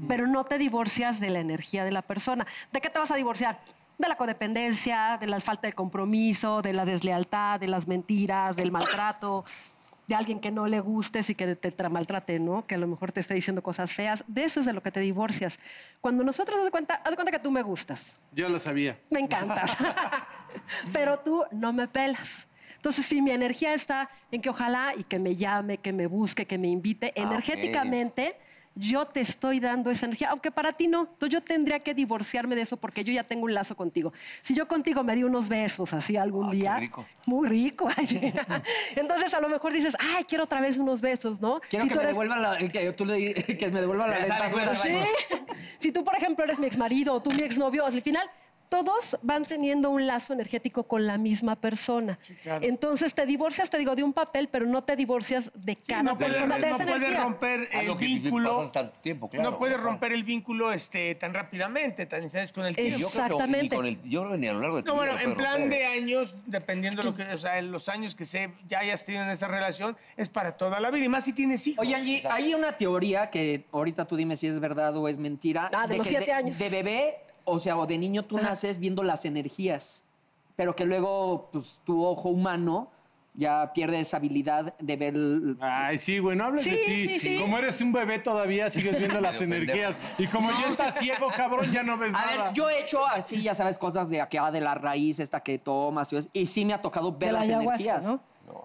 [SPEAKER 9] pero no te divorcias de la energía de la persona. ¿De qué te vas a divorciar? De la codependencia, de la falta de compromiso, de la deslealtad, de las mentiras, del maltrato, de alguien que no le gustes y que te tra- maltrate, ¿no? Que a lo mejor te esté diciendo cosas feas. De eso es de lo que te divorcias. Cuando nosotros haz de cuenta, haz de cuenta que tú me gustas
[SPEAKER 2] Yo lo sabía.
[SPEAKER 9] me encantas, pero tú no me pelas. Entonces, si mi energía está en que ojalá y que me llame, que me busque, que me invite,
[SPEAKER 3] Ah, ok.
[SPEAKER 9] energéticamente yo te estoy dando esa energía, aunque para ti no. Entonces, yo tendría que divorciarme de eso porque yo ya tengo un lazo contigo. Si yo contigo me di unos besos así algún
[SPEAKER 3] Ah, qué
[SPEAKER 9] día,
[SPEAKER 3] rico.
[SPEAKER 9] muy rico. ay, sí. Entonces, a lo mejor dices, ay, quiero otra vez unos besos, ¿no?
[SPEAKER 1] Quiero
[SPEAKER 9] Si
[SPEAKER 1] que
[SPEAKER 9] tú
[SPEAKER 1] me
[SPEAKER 9] eres-
[SPEAKER 1] devuelva la... Que, tú le, que me devuelva la
[SPEAKER 3] Ya sale,
[SPEAKER 1] dentadura.
[SPEAKER 3] güey,
[SPEAKER 1] Sí.
[SPEAKER 9] Pues si tú, por ejemplo, eres mi exmarido o tú mi exnovio, al final todos van teniendo un lazo energético con la misma persona. Entonces te divorcias, te digo, de un papel, pero no te divorcias de cada
[SPEAKER 4] No puede,
[SPEAKER 9] persona, de
[SPEAKER 4] no
[SPEAKER 9] esa
[SPEAKER 4] puede
[SPEAKER 9] energía.
[SPEAKER 4] romper eh,
[SPEAKER 3] Ah,
[SPEAKER 4] el
[SPEAKER 3] no, que
[SPEAKER 4] vínculo.
[SPEAKER 3] pasas tanto tiempo, claro.
[SPEAKER 4] no puede
[SPEAKER 3] claro.
[SPEAKER 4] romper el vínculo este, tan rápidamente, tan ¿sabes? con el
[SPEAKER 9] Es-
[SPEAKER 4] tiempo.
[SPEAKER 3] Yo creo que ni
[SPEAKER 9] Exactamente.
[SPEAKER 3] con el- yo creo que ni a lo largo de tu
[SPEAKER 4] No,
[SPEAKER 3] vida
[SPEAKER 4] bueno,
[SPEAKER 3] lo
[SPEAKER 4] en
[SPEAKER 3] puedes
[SPEAKER 4] plan
[SPEAKER 3] romper.
[SPEAKER 4] de años, dependiendo lo que, o sea, los años que se ya hayas tenido en esa relación, es para toda la vida. Y más si tienes hijos.
[SPEAKER 1] Oye, Angie, hay una teoría que ahorita tú dime si es verdad o es mentira.
[SPEAKER 9] Ah, de los
[SPEAKER 1] que
[SPEAKER 9] siete años.
[SPEAKER 1] De bebé, o sea, o de niño tú naces viendo las energías, pero que luego, pues, tu ojo humano ya pierde esa habilidad de ver... el-
[SPEAKER 2] Ay, sí, güey, no hables
[SPEAKER 9] Sí,
[SPEAKER 2] de ti.
[SPEAKER 9] sí, sí.
[SPEAKER 2] Como eres un bebé todavía, sigues viendo las
[SPEAKER 3] Medio
[SPEAKER 2] energías. Y como ya estás ciego, cabrón, ya no ves
[SPEAKER 1] A
[SPEAKER 2] nada.
[SPEAKER 1] ver, yo he hecho así, ya sabes, cosas de acá, de la raíz esta que tomas, y, eso, y sí me ha tocado
[SPEAKER 9] De
[SPEAKER 1] ver
[SPEAKER 9] la
[SPEAKER 1] las
[SPEAKER 9] ayahuasca,
[SPEAKER 1] energías.
[SPEAKER 9] ¿no?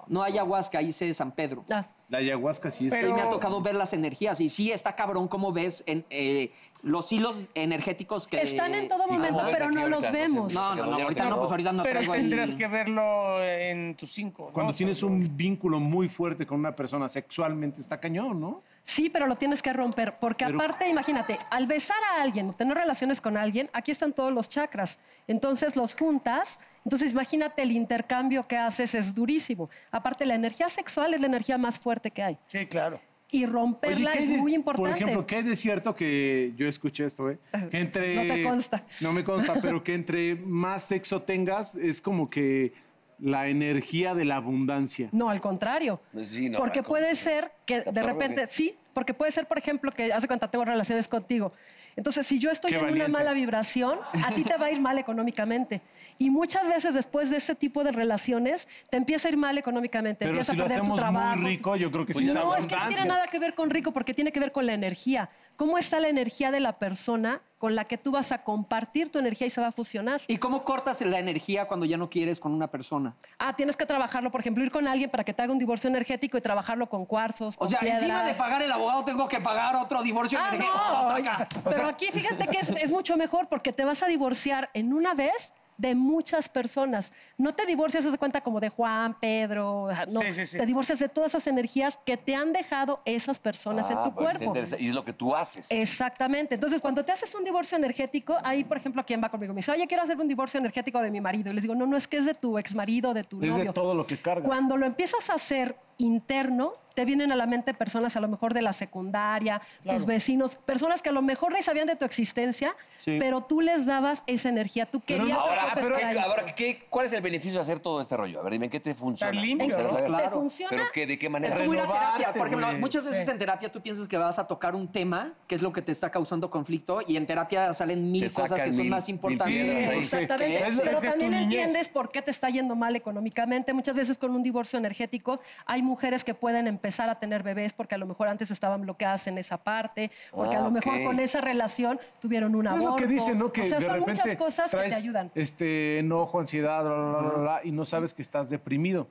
[SPEAKER 1] No hay ayahuasca, ahí se San Pedro.
[SPEAKER 9] Ah,
[SPEAKER 2] La ayahuasca sí está.
[SPEAKER 1] Y me ha tocado ver las energías. Y sí, está cabrón cómo ves en, eh, los hilos energéticos que...
[SPEAKER 9] Están en todo
[SPEAKER 3] ¿Y cómo
[SPEAKER 9] momento,
[SPEAKER 3] ves
[SPEAKER 9] pero
[SPEAKER 3] aquí
[SPEAKER 9] no
[SPEAKER 3] ahorita?
[SPEAKER 9] los vemos.
[SPEAKER 3] sé,
[SPEAKER 1] No, no,
[SPEAKER 3] pero
[SPEAKER 1] no,
[SPEAKER 3] ya
[SPEAKER 1] ahorita no,
[SPEAKER 3] te digo.
[SPEAKER 1] pues ahorita no
[SPEAKER 4] Pero
[SPEAKER 1] traigo el-
[SPEAKER 4] tendrías que verlo en tus cinco. ¿no?
[SPEAKER 2] Cuando tienes un vínculo muy fuerte con una persona sexualmente, está cañón, ¿no?
[SPEAKER 9] Sí, pero lo tienes que romper, porque
[SPEAKER 2] Pero-
[SPEAKER 9] aparte, imagínate, al besar a alguien o tener relaciones con alguien, aquí están todos los chakras, entonces los juntas, entonces imagínate el intercambio que haces es durísimo. Aparte, la energía sexual es la energía más fuerte que hay
[SPEAKER 4] Sí, claro.
[SPEAKER 9] y romperla
[SPEAKER 2] Oye, ¿qué
[SPEAKER 9] es
[SPEAKER 2] hay de-
[SPEAKER 9] muy importante.
[SPEAKER 2] Por ejemplo, ¿qué es cierto que yo escuché esto, eh? Que entre...
[SPEAKER 9] No te consta.
[SPEAKER 2] No me consta, pero que entre más sexo tengas, es como que la energía de la abundancia.
[SPEAKER 9] No, al contrario.
[SPEAKER 3] Pues sí, no,
[SPEAKER 9] porque
[SPEAKER 3] al
[SPEAKER 9] puede
[SPEAKER 3] contrario.
[SPEAKER 9] ser que
[SPEAKER 3] Te
[SPEAKER 9] de
[SPEAKER 3] absorbe,
[SPEAKER 9] repente,
[SPEAKER 3] ¿o qué?
[SPEAKER 9] sí, porque puede ser, por ejemplo, que hace cuenta tengo relaciones contigo. Entonces, si yo estoy
[SPEAKER 2] Qué
[SPEAKER 9] en
[SPEAKER 2] valiente.
[SPEAKER 9] una mala vibración, a ti te va a ir mal económicamente. Y muchas veces después de ese tipo de relaciones, te empieza a ir mal económicamente.
[SPEAKER 2] Pero
[SPEAKER 9] empieza
[SPEAKER 2] si
[SPEAKER 9] a
[SPEAKER 2] lo
[SPEAKER 9] perder tu
[SPEAKER 2] hacemos
[SPEAKER 9] trabajo.
[SPEAKER 2] muy rico, yo creo que sí
[SPEAKER 3] Pues
[SPEAKER 2] es
[SPEAKER 3] ya
[SPEAKER 9] No, es que no
[SPEAKER 2] abundancia.
[SPEAKER 9] tiene nada que ver con rico, porque tiene que ver con la energía. ¿Cómo está la energía de la persona con la que tú vas a compartir tu energía y se va a fusionar?
[SPEAKER 1] ¿Y cómo cortas la energía cuando ya no quieres con una persona?
[SPEAKER 9] Ah, tienes que trabajarlo, por ejemplo, ir con alguien para que te haga un divorcio energético y trabajarlo con cuarzos.
[SPEAKER 1] O
[SPEAKER 9] con
[SPEAKER 1] sea, encima
[SPEAKER 9] piedras.
[SPEAKER 1] de pagar el abogado, tengo que pagar otro divorcio
[SPEAKER 9] Ah,
[SPEAKER 1] energético.
[SPEAKER 9] no.
[SPEAKER 1] Otra acá.
[SPEAKER 9] Pero aquí fíjate que es, es mucho mejor porque te vas a divorciar en una vez de muchas personas. No te divorcias, haz de cuenta como de Juan, Pedro, ah, no.
[SPEAKER 4] Sí, sí, sí.
[SPEAKER 9] Te divorcias de todas esas energías que te han dejado esas personas en
[SPEAKER 3] Ah,
[SPEAKER 9] tu
[SPEAKER 3] pues, está
[SPEAKER 9] cuerpo.
[SPEAKER 3] interesante. Y es lo que tú haces.
[SPEAKER 9] Exactamente. Entonces, cuando te haces un divorcio energético, ahí, por ejemplo, quien va conmigo me dice, oye, quiero hacer un divorcio energético de mi marido. Y les digo, no, no es que es de tu ex marido, de tu
[SPEAKER 2] Es
[SPEAKER 9] novio.
[SPEAKER 2] de todo lo que cargas.
[SPEAKER 9] Cuando lo empiezas a hacer interno, te vienen a la mente personas a lo mejor de la secundaria, tus vecinos, personas que a lo mejor ni sabían de tu existencia, pero tú les dabas esa energía, tú querías
[SPEAKER 3] Ahora,
[SPEAKER 9] entonces
[SPEAKER 3] pero ¿qué-
[SPEAKER 9] estar ahí.
[SPEAKER 3] ahora, ¿qué- ¿cuál es el beneficio de hacer todo este rollo? A ver, dime, ¿en qué te funciona?
[SPEAKER 4] Estar limpio,
[SPEAKER 3] Quisiera
[SPEAKER 9] ¿no?
[SPEAKER 3] saber.
[SPEAKER 9] Te Claro. funciona.
[SPEAKER 3] ¿Pero qué, de qué
[SPEAKER 1] Es
[SPEAKER 3] manera?
[SPEAKER 1] como ir a terapia.
[SPEAKER 2] Renovarte,
[SPEAKER 1] Por ejemplo,
[SPEAKER 2] güey.
[SPEAKER 1] muchas veces en terapia tú piensas que vas a tocar un tema que es lo que te está causando conflicto y en terapia salen mil
[SPEAKER 3] Te sacan
[SPEAKER 1] cosas que
[SPEAKER 3] mil-
[SPEAKER 1] son más
[SPEAKER 3] mil
[SPEAKER 1] importantes.
[SPEAKER 3] piedras ahí.
[SPEAKER 9] Exactamente.
[SPEAKER 1] Es
[SPEAKER 9] Pero
[SPEAKER 4] desde tu
[SPEAKER 9] también
[SPEAKER 4] niñez.
[SPEAKER 9] entiendes por qué te está yendo mal económicamente. Muchas veces con un divorcio energético hay mujeres que pueden empezar a tener bebés porque a lo mejor antes estaban bloqueadas en esa parte, porque
[SPEAKER 3] Ah,
[SPEAKER 9] a lo mejor
[SPEAKER 3] ok.
[SPEAKER 9] con esa relación tuvieron un
[SPEAKER 2] Es
[SPEAKER 9] aborto.
[SPEAKER 2] lo que dicen, ¿no? Que
[SPEAKER 9] o sea,
[SPEAKER 2] de
[SPEAKER 9] son
[SPEAKER 2] repente
[SPEAKER 9] muchas cosas que
[SPEAKER 2] traes,
[SPEAKER 9] te ayudan.
[SPEAKER 2] Este enojo, ansiedad, bla, bla, bla, bla, bla, y no sabes que estás deprimido.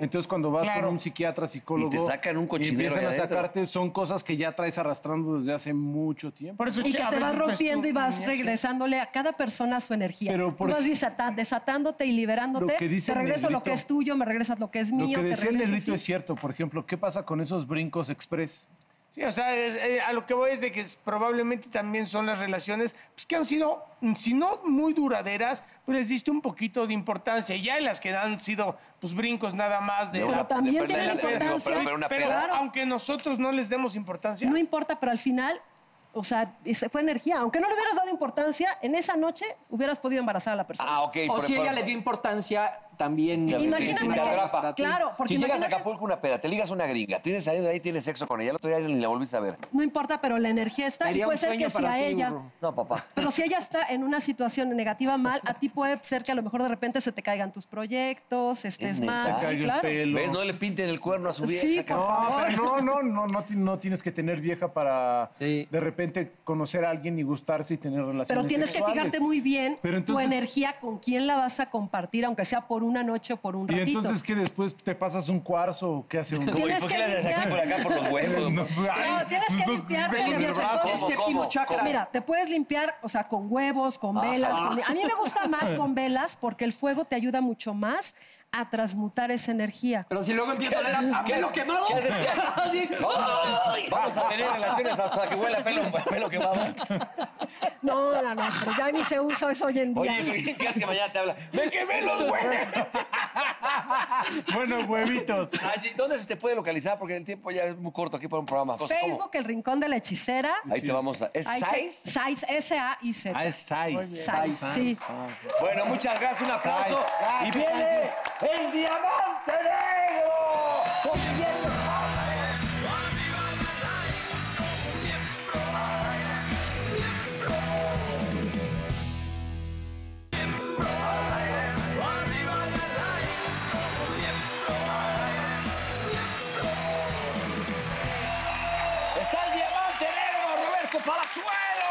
[SPEAKER 2] Entonces, cuando vas
[SPEAKER 4] Claro.
[SPEAKER 2] con un psiquiatra, psicólogo.
[SPEAKER 3] Y te sacan un cochinero
[SPEAKER 2] y
[SPEAKER 3] ahí
[SPEAKER 2] empiezan a
[SPEAKER 3] adentro.
[SPEAKER 2] sacarte, son cosas que ya traes arrastrando desde hace mucho tiempo.
[SPEAKER 4] Por eso,
[SPEAKER 9] Y que
[SPEAKER 4] a
[SPEAKER 9] te vas
[SPEAKER 4] veces ves
[SPEAKER 9] rompiendo
[SPEAKER 4] tu
[SPEAKER 9] y vas
[SPEAKER 4] niñez, sí.
[SPEAKER 9] regresándole a cada persona su energía.
[SPEAKER 2] Pero, por
[SPEAKER 9] Tú vas
[SPEAKER 2] ej-
[SPEAKER 9] desata- desatándote y liberándote.
[SPEAKER 2] Lo que dice
[SPEAKER 9] te
[SPEAKER 2] el
[SPEAKER 9] regreso lo
[SPEAKER 2] negrito-
[SPEAKER 9] que es tuyo, me regresas lo que es mío.
[SPEAKER 2] Lo que
[SPEAKER 9] te
[SPEAKER 2] decía el
[SPEAKER 9] regreso
[SPEAKER 2] negrito
[SPEAKER 9] así.
[SPEAKER 2] es cierto, por ejemplo, ¿qué pasa con esos brincos express?
[SPEAKER 4] Sí, o sea, eh, eh, a lo que voy es de que es- probablemente también son las relaciones pues, que han sido, mm, si no muy duraderas, pues les diste un poquito de importancia. Ya en las que han sido pues brincos nada más de...
[SPEAKER 3] De
[SPEAKER 4] la-
[SPEAKER 3] una-
[SPEAKER 9] Pero también
[SPEAKER 3] de-
[SPEAKER 9] tiene
[SPEAKER 3] de- de-
[SPEAKER 9] importancia.
[SPEAKER 3] pero- pero una
[SPEAKER 4] pero
[SPEAKER 3] peda.
[SPEAKER 4] aunque nosotros no les demos importancia,
[SPEAKER 9] No importa, pero al final, o sea, ese fue energía. Aunque no le hubieras dado importancia, en esa noche hubieras podido embarazar a la persona.
[SPEAKER 3] Ah, ok.
[SPEAKER 1] O
[SPEAKER 3] por-
[SPEAKER 1] si
[SPEAKER 3] por-
[SPEAKER 1] ella le dio importancia, también...
[SPEAKER 3] Ya,
[SPEAKER 9] Imagínate
[SPEAKER 3] te- te
[SPEAKER 9] que-
[SPEAKER 3] atrapa.
[SPEAKER 1] Para ti.
[SPEAKER 9] claro, porque
[SPEAKER 3] si llegas a
[SPEAKER 9] imagínate-
[SPEAKER 3] Acapulco una peda, te ligas una gringa, tienes salido ahí, tienes sexo con ella, el otro día ni la volviste a ver.
[SPEAKER 9] No importa, pero la energía está. y
[SPEAKER 1] Sería un
[SPEAKER 9] puede ser
[SPEAKER 1] sueño
[SPEAKER 9] que si
[SPEAKER 1] para
[SPEAKER 9] a
[SPEAKER 1] ti,
[SPEAKER 9] ella.
[SPEAKER 1] burro.
[SPEAKER 3] No, papá.
[SPEAKER 9] Pero si ella está en una situación negativa mal, a ti puede ser que a lo mejor de repente se te caigan tus proyectos, estés
[SPEAKER 3] Es neta.
[SPEAKER 9] mal.
[SPEAKER 3] Te
[SPEAKER 9] Sí,
[SPEAKER 2] Caiga el
[SPEAKER 9] claro.
[SPEAKER 2] pelo.
[SPEAKER 3] ¿Ves? No le pinten el cuerno a su vieja.
[SPEAKER 9] Sí,
[SPEAKER 3] cabrón.
[SPEAKER 9] por
[SPEAKER 2] No,
[SPEAKER 9] favor.
[SPEAKER 2] pero no, no, no, no, ti- no tienes que tener vieja para
[SPEAKER 1] Sí.
[SPEAKER 2] de repente conocer a alguien y gustarse y tener relaciones
[SPEAKER 9] Pero tienes que
[SPEAKER 2] sexuales.
[SPEAKER 9] fijarte muy bien
[SPEAKER 2] Pero entonces-
[SPEAKER 9] tu energía, con quién la vas a compartir, aunque sea por una noche o por un
[SPEAKER 2] Y
[SPEAKER 9] ratito.
[SPEAKER 2] entonces que después te pasas un cuarzo o qué hace un
[SPEAKER 9] Tienes
[SPEAKER 3] ¿Por
[SPEAKER 9] que
[SPEAKER 3] qué la de aquí
[SPEAKER 9] limpiar.
[SPEAKER 3] por acá por los huevos?
[SPEAKER 2] No, ay,
[SPEAKER 9] No, tienes que
[SPEAKER 2] no,
[SPEAKER 9] limpiarte
[SPEAKER 2] no,
[SPEAKER 9] de
[SPEAKER 1] Limpias
[SPEAKER 9] verdad.
[SPEAKER 1] entonces
[SPEAKER 3] ¿Cómo,
[SPEAKER 1] el séptimo
[SPEAKER 3] cómo,
[SPEAKER 1] chakra.
[SPEAKER 9] Mira, te puedes limpiar, o sea, con huevos, con velas. con- A mí me gusta más con velas porque el fuego te ayuda mucho más a transmutar esa energía.
[SPEAKER 1] Pero si luego empieza a oler a, a
[SPEAKER 3] ¿Qué
[SPEAKER 1] pelo
[SPEAKER 3] haces?
[SPEAKER 1] quemado...
[SPEAKER 3] ¿Qué este? haces? ¿Qué
[SPEAKER 1] Así.
[SPEAKER 3] Vamos, vamos a tener relaciones hasta que huela pelo, pelo quemado.
[SPEAKER 9] No, no, no, pero ya ni se usa eso hoy en día.
[SPEAKER 3] Oye, ¿qué haces que mañana te habla? ¡Me quemé los huevos!
[SPEAKER 2] Bueno, huevitos.
[SPEAKER 3] Ay, ¿Dónde se te puede localizar? Porque el tiempo ya es muy corto aquí para un programa. Entonces, ¿cómo?
[SPEAKER 9] Facebook, El Rincón de la Hechicera.
[SPEAKER 3] Ahí te vamos a... ¿Es
[SPEAKER 9] Ahí che-
[SPEAKER 3] Sais?
[SPEAKER 9] Sais, S-A-I-Z.
[SPEAKER 2] Ah, es Sais.
[SPEAKER 9] Sais, sí.
[SPEAKER 3] Bueno, muchas gracias, un aplauso.
[SPEAKER 2] Sais.
[SPEAKER 3] Y viene el diamante negro. Consiguiendo- Está el diamante negro, Roberto Palazuelo.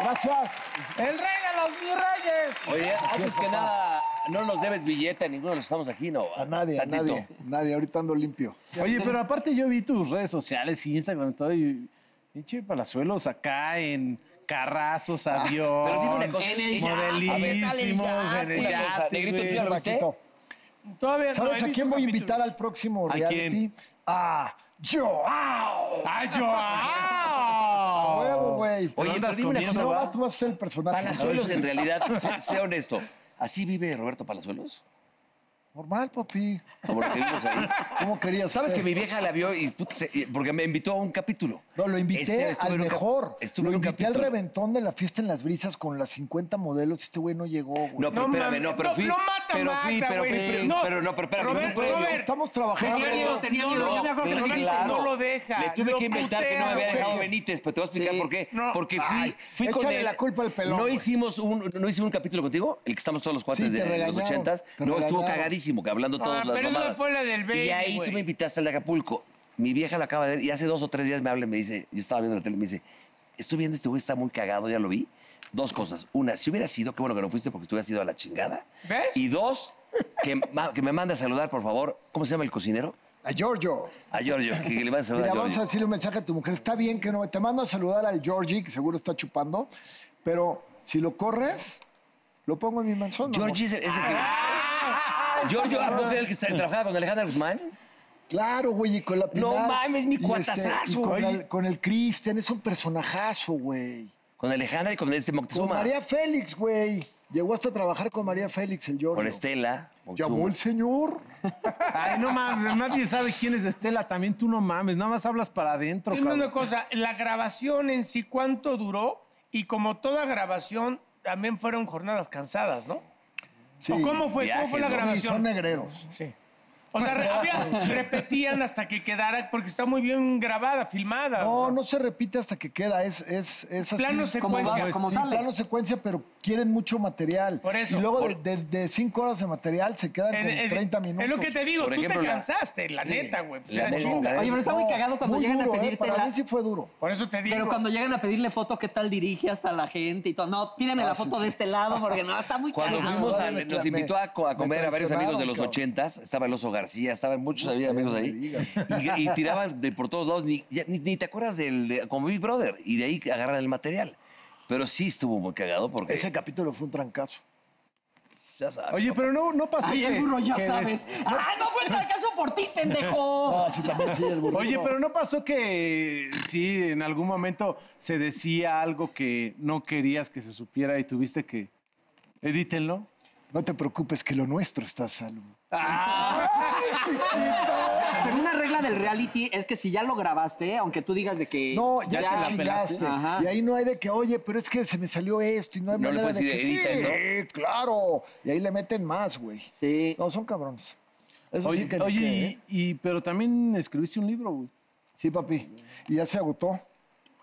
[SPEAKER 2] Gracias.
[SPEAKER 4] ¡el rey a los mis reyes!
[SPEAKER 3] Oye, antes que nada, no nos debes billete a ninguno de los que estamos aquí, ¿no?
[SPEAKER 10] A nadie, a
[SPEAKER 3] Tantito.
[SPEAKER 10] nadie, nadie. Ahorita ando limpio.
[SPEAKER 2] Oye, pero aparte yo vi tus redes sociales y Instagram y todo, y pinche palazuelos acá en carrazos, avión,
[SPEAKER 3] Ah, pero dime una cosa,
[SPEAKER 2] en
[SPEAKER 3] en el
[SPEAKER 2] el
[SPEAKER 3] yate,
[SPEAKER 2] modelísimos, en el
[SPEAKER 3] Una cosa,
[SPEAKER 2] yate,
[SPEAKER 3] negrito,
[SPEAKER 2] güey.
[SPEAKER 3] tú ya lo viste.
[SPEAKER 10] Chamaquito.
[SPEAKER 4] Todavía no he
[SPEAKER 10] ¿Sabes a
[SPEAKER 4] visto
[SPEAKER 10] quién voy a
[SPEAKER 4] capítulos.
[SPEAKER 10] invitar al próximo
[SPEAKER 2] ¿A
[SPEAKER 10] reality?
[SPEAKER 2] quién?
[SPEAKER 10] A Joao.
[SPEAKER 2] ¡Ay, Joao!
[SPEAKER 10] A huevo, güey.
[SPEAKER 3] Oye, pero dime una
[SPEAKER 10] Si
[SPEAKER 3] cosa.
[SPEAKER 10] no va, tú vas a ser el personaje.
[SPEAKER 3] Palazuelos, en realidad, sé, sé honesto. ¿Así vive Roberto Palazuelos?
[SPEAKER 10] Normal, papi.
[SPEAKER 3] Como lo que vimos ahí.
[SPEAKER 10] ¿Cómo querías?
[SPEAKER 3] ¿Sabes
[SPEAKER 10] ser?
[SPEAKER 3] que mi vieja la vio y puta, se- y- porque me invitó a un capítulo?
[SPEAKER 10] No, lo invité
[SPEAKER 3] Este, estuve
[SPEAKER 10] al
[SPEAKER 3] en un cap-
[SPEAKER 10] mejor.
[SPEAKER 3] estuve
[SPEAKER 10] Lo
[SPEAKER 3] en un
[SPEAKER 10] invité al
[SPEAKER 3] capítulo.
[SPEAKER 10] reventón de la fiesta en las brisas con las 50 modelos. Este güey no llegó, güey.
[SPEAKER 3] No, pero
[SPEAKER 4] No
[SPEAKER 3] espérame,
[SPEAKER 4] mames,
[SPEAKER 3] no, pero
[SPEAKER 4] no,
[SPEAKER 3] fui.
[SPEAKER 4] no mata,
[SPEAKER 3] pero fui,
[SPEAKER 4] mata,
[SPEAKER 3] pero fui,
[SPEAKER 4] güey.
[SPEAKER 3] pero
[SPEAKER 4] No.
[SPEAKER 3] pero no, pero espérame, fue un
[SPEAKER 4] Robert,
[SPEAKER 3] premio.
[SPEAKER 4] Robert.
[SPEAKER 10] Estamos trabajando.
[SPEAKER 1] Tenía miedo, tenía miedo. Yo me acuerdo que le
[SPEAKER 4] Roberto
[SPEAKER 1] dije,
[SPEAKER 3] Claro.
[SPEAKER 4] no lo deja.
[SPEAKER 3] Le tuve
[SPEAKER 4] lo
[SPEAKER 3] que inventar que no me había
[SPEAKER 4] putea.
[SPEAKER 3] dejado Benítez, pero te voy a explicar
[SPEAKER 1] Sí.
[SPEAKER 3] por qué.
[SPEAKER 4] No.
[SPEAKER 3] Porque fui,
[SPEAKER 10] Ay,
[SPEAKER 3] fui con
[SPEAKER 10] échale
[SPEAKER 3] él.
[SPEAKER 10] la culpa al pelón,
[SPEAKER 3] No
[SPEAKER 10] güey.
[SPEAKER 3] hicimos un, no hice un capítulo contigo, el que estamos todos los cuates
[SPEAKER 10] Sí, te
[SPEAKER 3] de los
[SPEAKER 10] regañaron,
[SPEAKER 3] ochentas.
[SPEAKER 10] te
[SPEAKER 3] No, estuvo
[SPEAKER 10] regañaron.
[SPEAKER 3] cagadísimo, que hablando
[SPEAKER 4] Ah,
[SPEAKER 3] todas las
[SPEAKER 4] pero eso
[SPEAKER 3] mamadas.
[SPEAKER 4] fue la del
[SPEAKER 3] y
[SPEAKER 4] baby,
[SPEAKER 3] ahí
[SPEAKER 4] güey.
[SPEAKER 3] tú me invitaste al de Acapulco. Mi vieja la acaba de ver y hace dos o tres días me habla y me dice, yo estaba viendo la tele y me dice, estoy viendo este güey, está muy cagado, ya lo vi. Dos cosas. Una, si hubiera sido, qué bueno que no fuiste porque tú hubieras ido a la chingada.
[SPEAKER 4] ¿Ves?
[SPEAKER 3] Y dos, que, ma- que me mande a saludar, por favor. ¿Cómo se llama el cocinero?
[SPEAKER 10] A Giorgio.
[SPEAKER 3] A Giorgio, que le mande a saludar
[SPEAKER 10] Mira,
[SPEAKER 3] a
[SPEAKER 10] vamos
[SPEAKER 3] Giorgio.
[SPEAKER 10] a decirle un mensaje a tu mujer. Está bien que no. Te mando a saludar al Georgie, que seguro está chupando. Pero si lo corres, lo pongo en mi manzón. mi amor.
[SPEAKER 3] George es el, es el que. Giorgio, ¿a poco era el que sa- trabajaba con Alejandra Guzmán?
[SPEAKER 10] Claro, güey, y con la Pilar.
[SPEAKER 3] mames, mi
[SPEAKER 10] Y, este,
[SPEAKER 3] cuatazazo,
[SPEAKER 10] y con,
[SPEAKER 3] güey.
[SPEAKER 10] el, con el Cristian, es un personajazo, güey.
[SPEAKER 3] Con Alejandra y con este
[SPEAKER 10] Con
[SPEAKER 3] Moctezuma.
[SPEAKER 10] María Félix, güey. Llegó hasta a trabajar con María Félix, el Giorgio.
[SPEAKER 3] Con Estela. Moctezuma.
[SPEAKER 10] Llamó el señor.
[SPEAKER 2] Ay, no mames, nadie sabe quién es Estela, también tú no mames, nada más hablas para adentro,
[SPEAKER 4] Dime
[SPEAKER 2] cabrón.
[SPEAKER 4] una cosa, la grabación en sí, ¿cuánto duró? Y como toda grabación, también fueron jornadas cansadas, ¿no?
[SPEAKER 10] Sí.
[SPEAKER 4] ¿O cómo fue?
[SPEAKER 3] Viaje,
[SPEAKER 4] ¿Cómo fue la
[SPEAKER 3] ¿no?
[SPEAKER 10] Sí, son
[SPEAKER 4] grabación?
[SPEAKER 10] negreros.
[SPEAKER 4] Sí. O sea, re- había- repetían hasta que quedara, porque está muy bien grabada, filmada. o
[SPEAKER 10] No,
[SPEAKER 4] sea,
[SPEAKER 10] no se repite hasta que queda. Es, es, es así.
[SPEAKER 4] Plano
[SPEAKER 1] Como
[SPEAKER 4] secuencia.
[SPEAKER 1] va, como
[SPEAKER 10] Sí,
[SPEAKER 1] sale.
[SPEAKER 10] plano secuencia, pero quieren mucho material.
[SPEAKER 4] Por eso.
[SPEAKER 10] Y luego
[SPEAKER 4] Por-
[SPEAKER 10] de, de- de cinco horas de material se quedan
[SPEAKER 4] En-
[SPEAKER 10] como
[SPEAKER 4] en-
[SPEAKER 10] 30 minutos.
[SPEAKER 4] Es lo que te digo,
[SPEAKER 3] Por
[SPEAKER 4] tú
[SPEAKER 3] ejemplo,
[SPEAKER 4] te
[SPEAKER 3] la-
[SPEAKER 4] cansaste, la neta, güey. pues
[SPEAKER 3] la
[SPEAKER 4] era
[SPEAKER 3] neta,
[SPEAKER 4] chinga.
[SPEAKER 3] la
[SPEAKER 1] Oye, pero está muy
[SPEAKER 10] No,
[SPEAKER 1] cagado cuando
[SPEAKER 10] muy
[SPEAKER 1] llegan
[SPEAKER 10] duro,
[SPEAKER 1] a
[SPEAKER 10] ¿eh?
[SPEAKER 1] pedirte
[SPEAKER 10] Para
[SPEAKER 1] la...
[SPEAKER 10] mí sí fue duro.
[SPEAKER 4] Por eso te digo.
[SPEAKER 1] Pero cuando llegan a pedirle foto, ¿qué tal dirige hasta la gente y todo? No, pídeme
[SPEAKER 3] Ah,
[SPEAKER 1] la foto de este lado porque no, está muy
[SPEAKER 3] Cuando
[SPEAKER 1] cagado.
[SPEAKER 3] fuimos
[SPEAKER 10] Ah,
[SPEAKER 3] a,
[SPEAKER 10] me-
[SPEAKER 3] nos
[SPEAKER 10] me-
[SPEAKER 3] invitó a, co- a
[SPEAKER 10] me
[SPEAKER 3] comer a varios amigos de los
[SPEAKER 10] traicionaron,
[SPEAKER 3] ochentas, estaba el oso García, estaban muchos había amigos
[SPEAKER 10] me
[SPEAKER 3] ahí,
[SPEAKER 10] digas.
[SPEAKER 3] y, y tiraban de por todos lados, ni, ya- ni- ni te acuerdas del, de- como Big Brother, y de ahí agarran el material. Pero sí estuvo muy cagado porque...
[SPEAKER 10] Ese capítulo fue un trancazo.
[SPEAKER 3] ya sabes,
[SPEAKER 2] Oye, pero no, no pasó
[SPEAKER 1] Ay, el
[SPEAKER 2] que-
[SPEAKER 1] burro, ya
[SPEAKER 2] que
[SPEAKER 1] sabes. ¡Ah, no fue el fracaso por ti, pendejo!
[SPEAKER 10] Ah, sí, también sí, el burrito.
[SPEAKER 2] Oye, pero no pasó que sí, en algún momento se decía algo que no querías que se supiera y tuviste que edítenlo.
[SPEAKER 10] No te preocupes, que lo nuestro está a salvo.
[SPEAKER 1] Pero una regla del reality es que si ya lo grabaste, aunque tú digas de que...
[SPEAKER 10] No, ya,
[SPEAKER 1] la
[SPEAKER 10] te chingaste.
[SPEAKER 1] Ajá.
[SPEAKER 10] Y ahí no hay de que, oye, pero es que se me salió esto y no hay
[SPEAKER 3] No le
[SPEAKER 10] manera
[SPEAKER 3] puedes
[SPEAKER 10] de que
[SPEAKER 3] decir,
[SPEAKER 10] sí,
[SPEAKER 3] "Edita
[SPEAKER 10] claro. Y ahí le meten más, güey.
[SPEAKER 1] Sí.
[SPEAKER 10] No, son cabrones. Eso
[SPEAKER 2] Oye,
[SPEAKER 10] sí que ni
[SPEAKER 2] oye,
[SPEAKER 10] qué, ¿eh?
[SPEAKER 2] y, y- pero también escribiste un libro, güey.
[SPEAKER 10] Sí, papi. Y ya se agotó.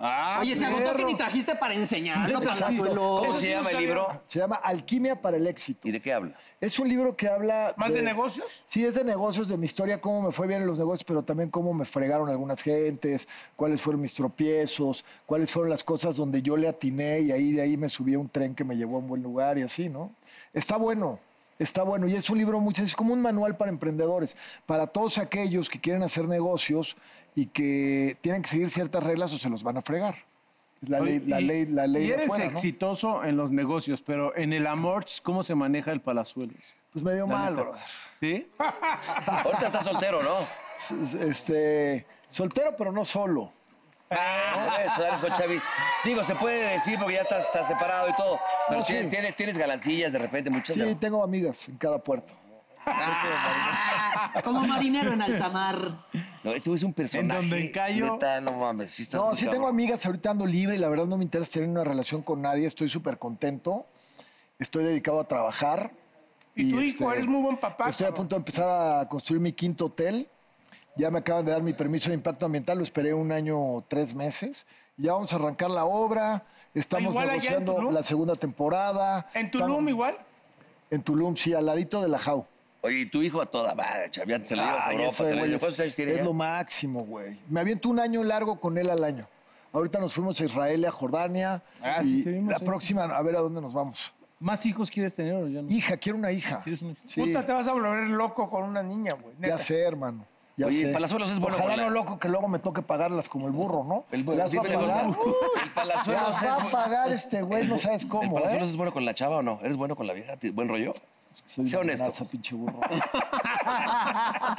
[SPEAKER 2] Ah,
[SPEAKER 1] Oye, se agotó que ni trajiste para enseñarlo, Palazuelo.
[SPEAKER 3] ¿Cómo se llama el libro
[SPEAKER 10] Se llama Alquimia para el éxito.
[SPEAKER 3] y de qué habla?
[SPEAKER 10] Es un libro que habla...
[SPEAKER 4] ¿Más de negocios?
[SPEAKER 10] Sí, es de negocios, de mi historia, cómo me fue bien en los negocios, pero también cómo me fregaron algunas gentes, cuáles fueron mis tropiezos, cuáles fueron las cosas donde yo le atiné y ahí de ahí me subí a un tren que me llevó a un buen lugar y así, ¿no? Está bueno, está bueno. Y es un libro muy sencillo, es como un manual para emprendedores, para todos aquellos que quieren hacer negocios y que tienen que seguir ciertas reglas o se los van a fregar. Es la ley, la
[SPEAKER 2] Y-
[SPEAKER 10] ley, la ley
[SPEAKER 2] Y
[SPEAKER 10] de
[SPEAKER 2] eres
[SPEAKER 10] afuera, ¿no?
[SPEAKER 2] exitoso en los negocios, pero en el amor, ¿cómo se maneja el palazuelos?
[SPEAKER 10] Pues medio mal,
[SPEAKER 2] neta.
[SPEAKER 10] brother.
[SPEAKER 2] ¿Sí?
[SPEAKER 3] Ahorita estás soltero, ¿no?
[SPEAKER 10] Este, soltero, pero no solo.
[SPEAKER 3] No, Eso, dale con Xavi. Digo, se puede decir porque ya estás, estás separado y todo. Pero
[SPEAKER 10] No, sí.
[SPEAKER 3] tienes, tienes, tienes galancillas de repente, muchas.
[SPEAKER 10] Sí, tengo amigas en cada puerto.
[SPEAKER 1] Como marinero en alta mar.
[SPEAKER 3] No, este güey es un personaje.
[SPEAKER 2] donde encayo-
[SPEAKER 3] Neta, no mames. Sí estás
[SPEAKER 10] No,
[SPEAKER 3] muy
[SPEAKER 10] sí
[SPEAKER 3] cabrón.
[SPEAKER 10] tengo amigas, ahorita ando libre y la verdad no me interesa tener una relación con nadie, estoy súper contento, estoy dedicado a trabajar. este,
[SPEAKER 4] Y tu hijo, eres muy buen papá,
[SPEAKER 10] Estoy a
[SPEAKER 4] cabrón.
[SPEAKER 10] punto de empezar a construir mi quinto hotel, ya me acaban de dar mi permiso de impacto ambiental, lo esperé un año, tres meses, ya vamos a arrancar la obra, estamos
[SPEAKER 4] Igual allá en
[SPEAKER 10] negociando
[SPEAKER 4] Tulum.
[SPEAKER 10] la segunda temporada.
[SPEAKER 4] ¿En
[SPEAKER 10] Estamos-
[SPEAKER 4] Tulum igual?
[SPEAKER 10] En Tulum, sí, al ladito de la Jau.
[SPEAKER 3] Oye, y tu hijo a toda madre, Xavi, antes se lo llevas a
[SPEAKER 10] Ay,
[SPEAKER 3] Europa.
[SPEAKER 10] ese
[SPEAKER 3] te lo
[SPEAKER 10] güey
[SPEAKER 3] llevas.
[SPEAKER 10] es-
[SPEAKER 3] ¿Cuántos años tiene
[SPEAKER 10] Es
[SPEAKER 3] ya?
[SPEAKER 10] lo máximo, güey. Me aviento un año largo con él al año. Ahorita nos fuimos a Israel, a Jordania.
[SPEAKER 2] Ah,
[SPEAKER 10] y
[SPEAKER 2] sí, te vimos,
[SPEAKER 10] la
[SPEAKER 2] sí.
[SPEAKER 10] próxima, a ver a dónde nos vamos.
[SPEAKER 2] ¿Más hijos quieres tener o ya no?
[SPEAKER 10] Hija, quiero una hija.
[SPEAKER 2] ¿Quieres una hija?
[SPEAKER 10] Sí.
[SPEAKER 4] Puta, te vas a volver loco con una niña, güey.
[SPEAKER 10] Ya
[SPEAKER 4] neta.
[SPEAKER 10] sé, hermano. Ya
[SPEAKER 3] Oye,
[SPEAKER 10] sé.
[SPEAKER 3] Palazuelos es bueno
[SPEAKER 10] Ojalá
[SPEAKER 3] con
[SPEAKER 10] no
[SPEAKER 3] la-
[SPEAKER 10] loco que luego me toque pagarlas como el burro, ¿no?
[SPEAKER 3] El bu-
[SPEAKER 10] Las
[SPEAKER 3] sí,
[SPEAKER 10] va a
[SPEAKER 3] pero-
[SPEAKER 10] pagar.
[SPEAKER 3] El Palazuelos
[SPEAKER 10] Las
[SPEAKER 3] es
[SPEAKER 10] va a
[SPEAKER 3] bu-
[SPEAKER 10] pagar este güey, no sabes
[SPEAKER 3] ¿El
[SPEAKER 10] cómo,
[SPEAKER 3] Palazuelos
[SPEAKER 10] ¿eh?
[SPEAKER 3] es bueno con la chava o no? ¿Eres bueno con la vieja? ¿Ti- ¿Buen rollo?
[SPEAKER 10] Soy
[SPEAKER 3] Sea
[SPEAKER 10] una
[SPEAKER 3] honesto.
[SPEAKER 10] amenaza, pinche burro.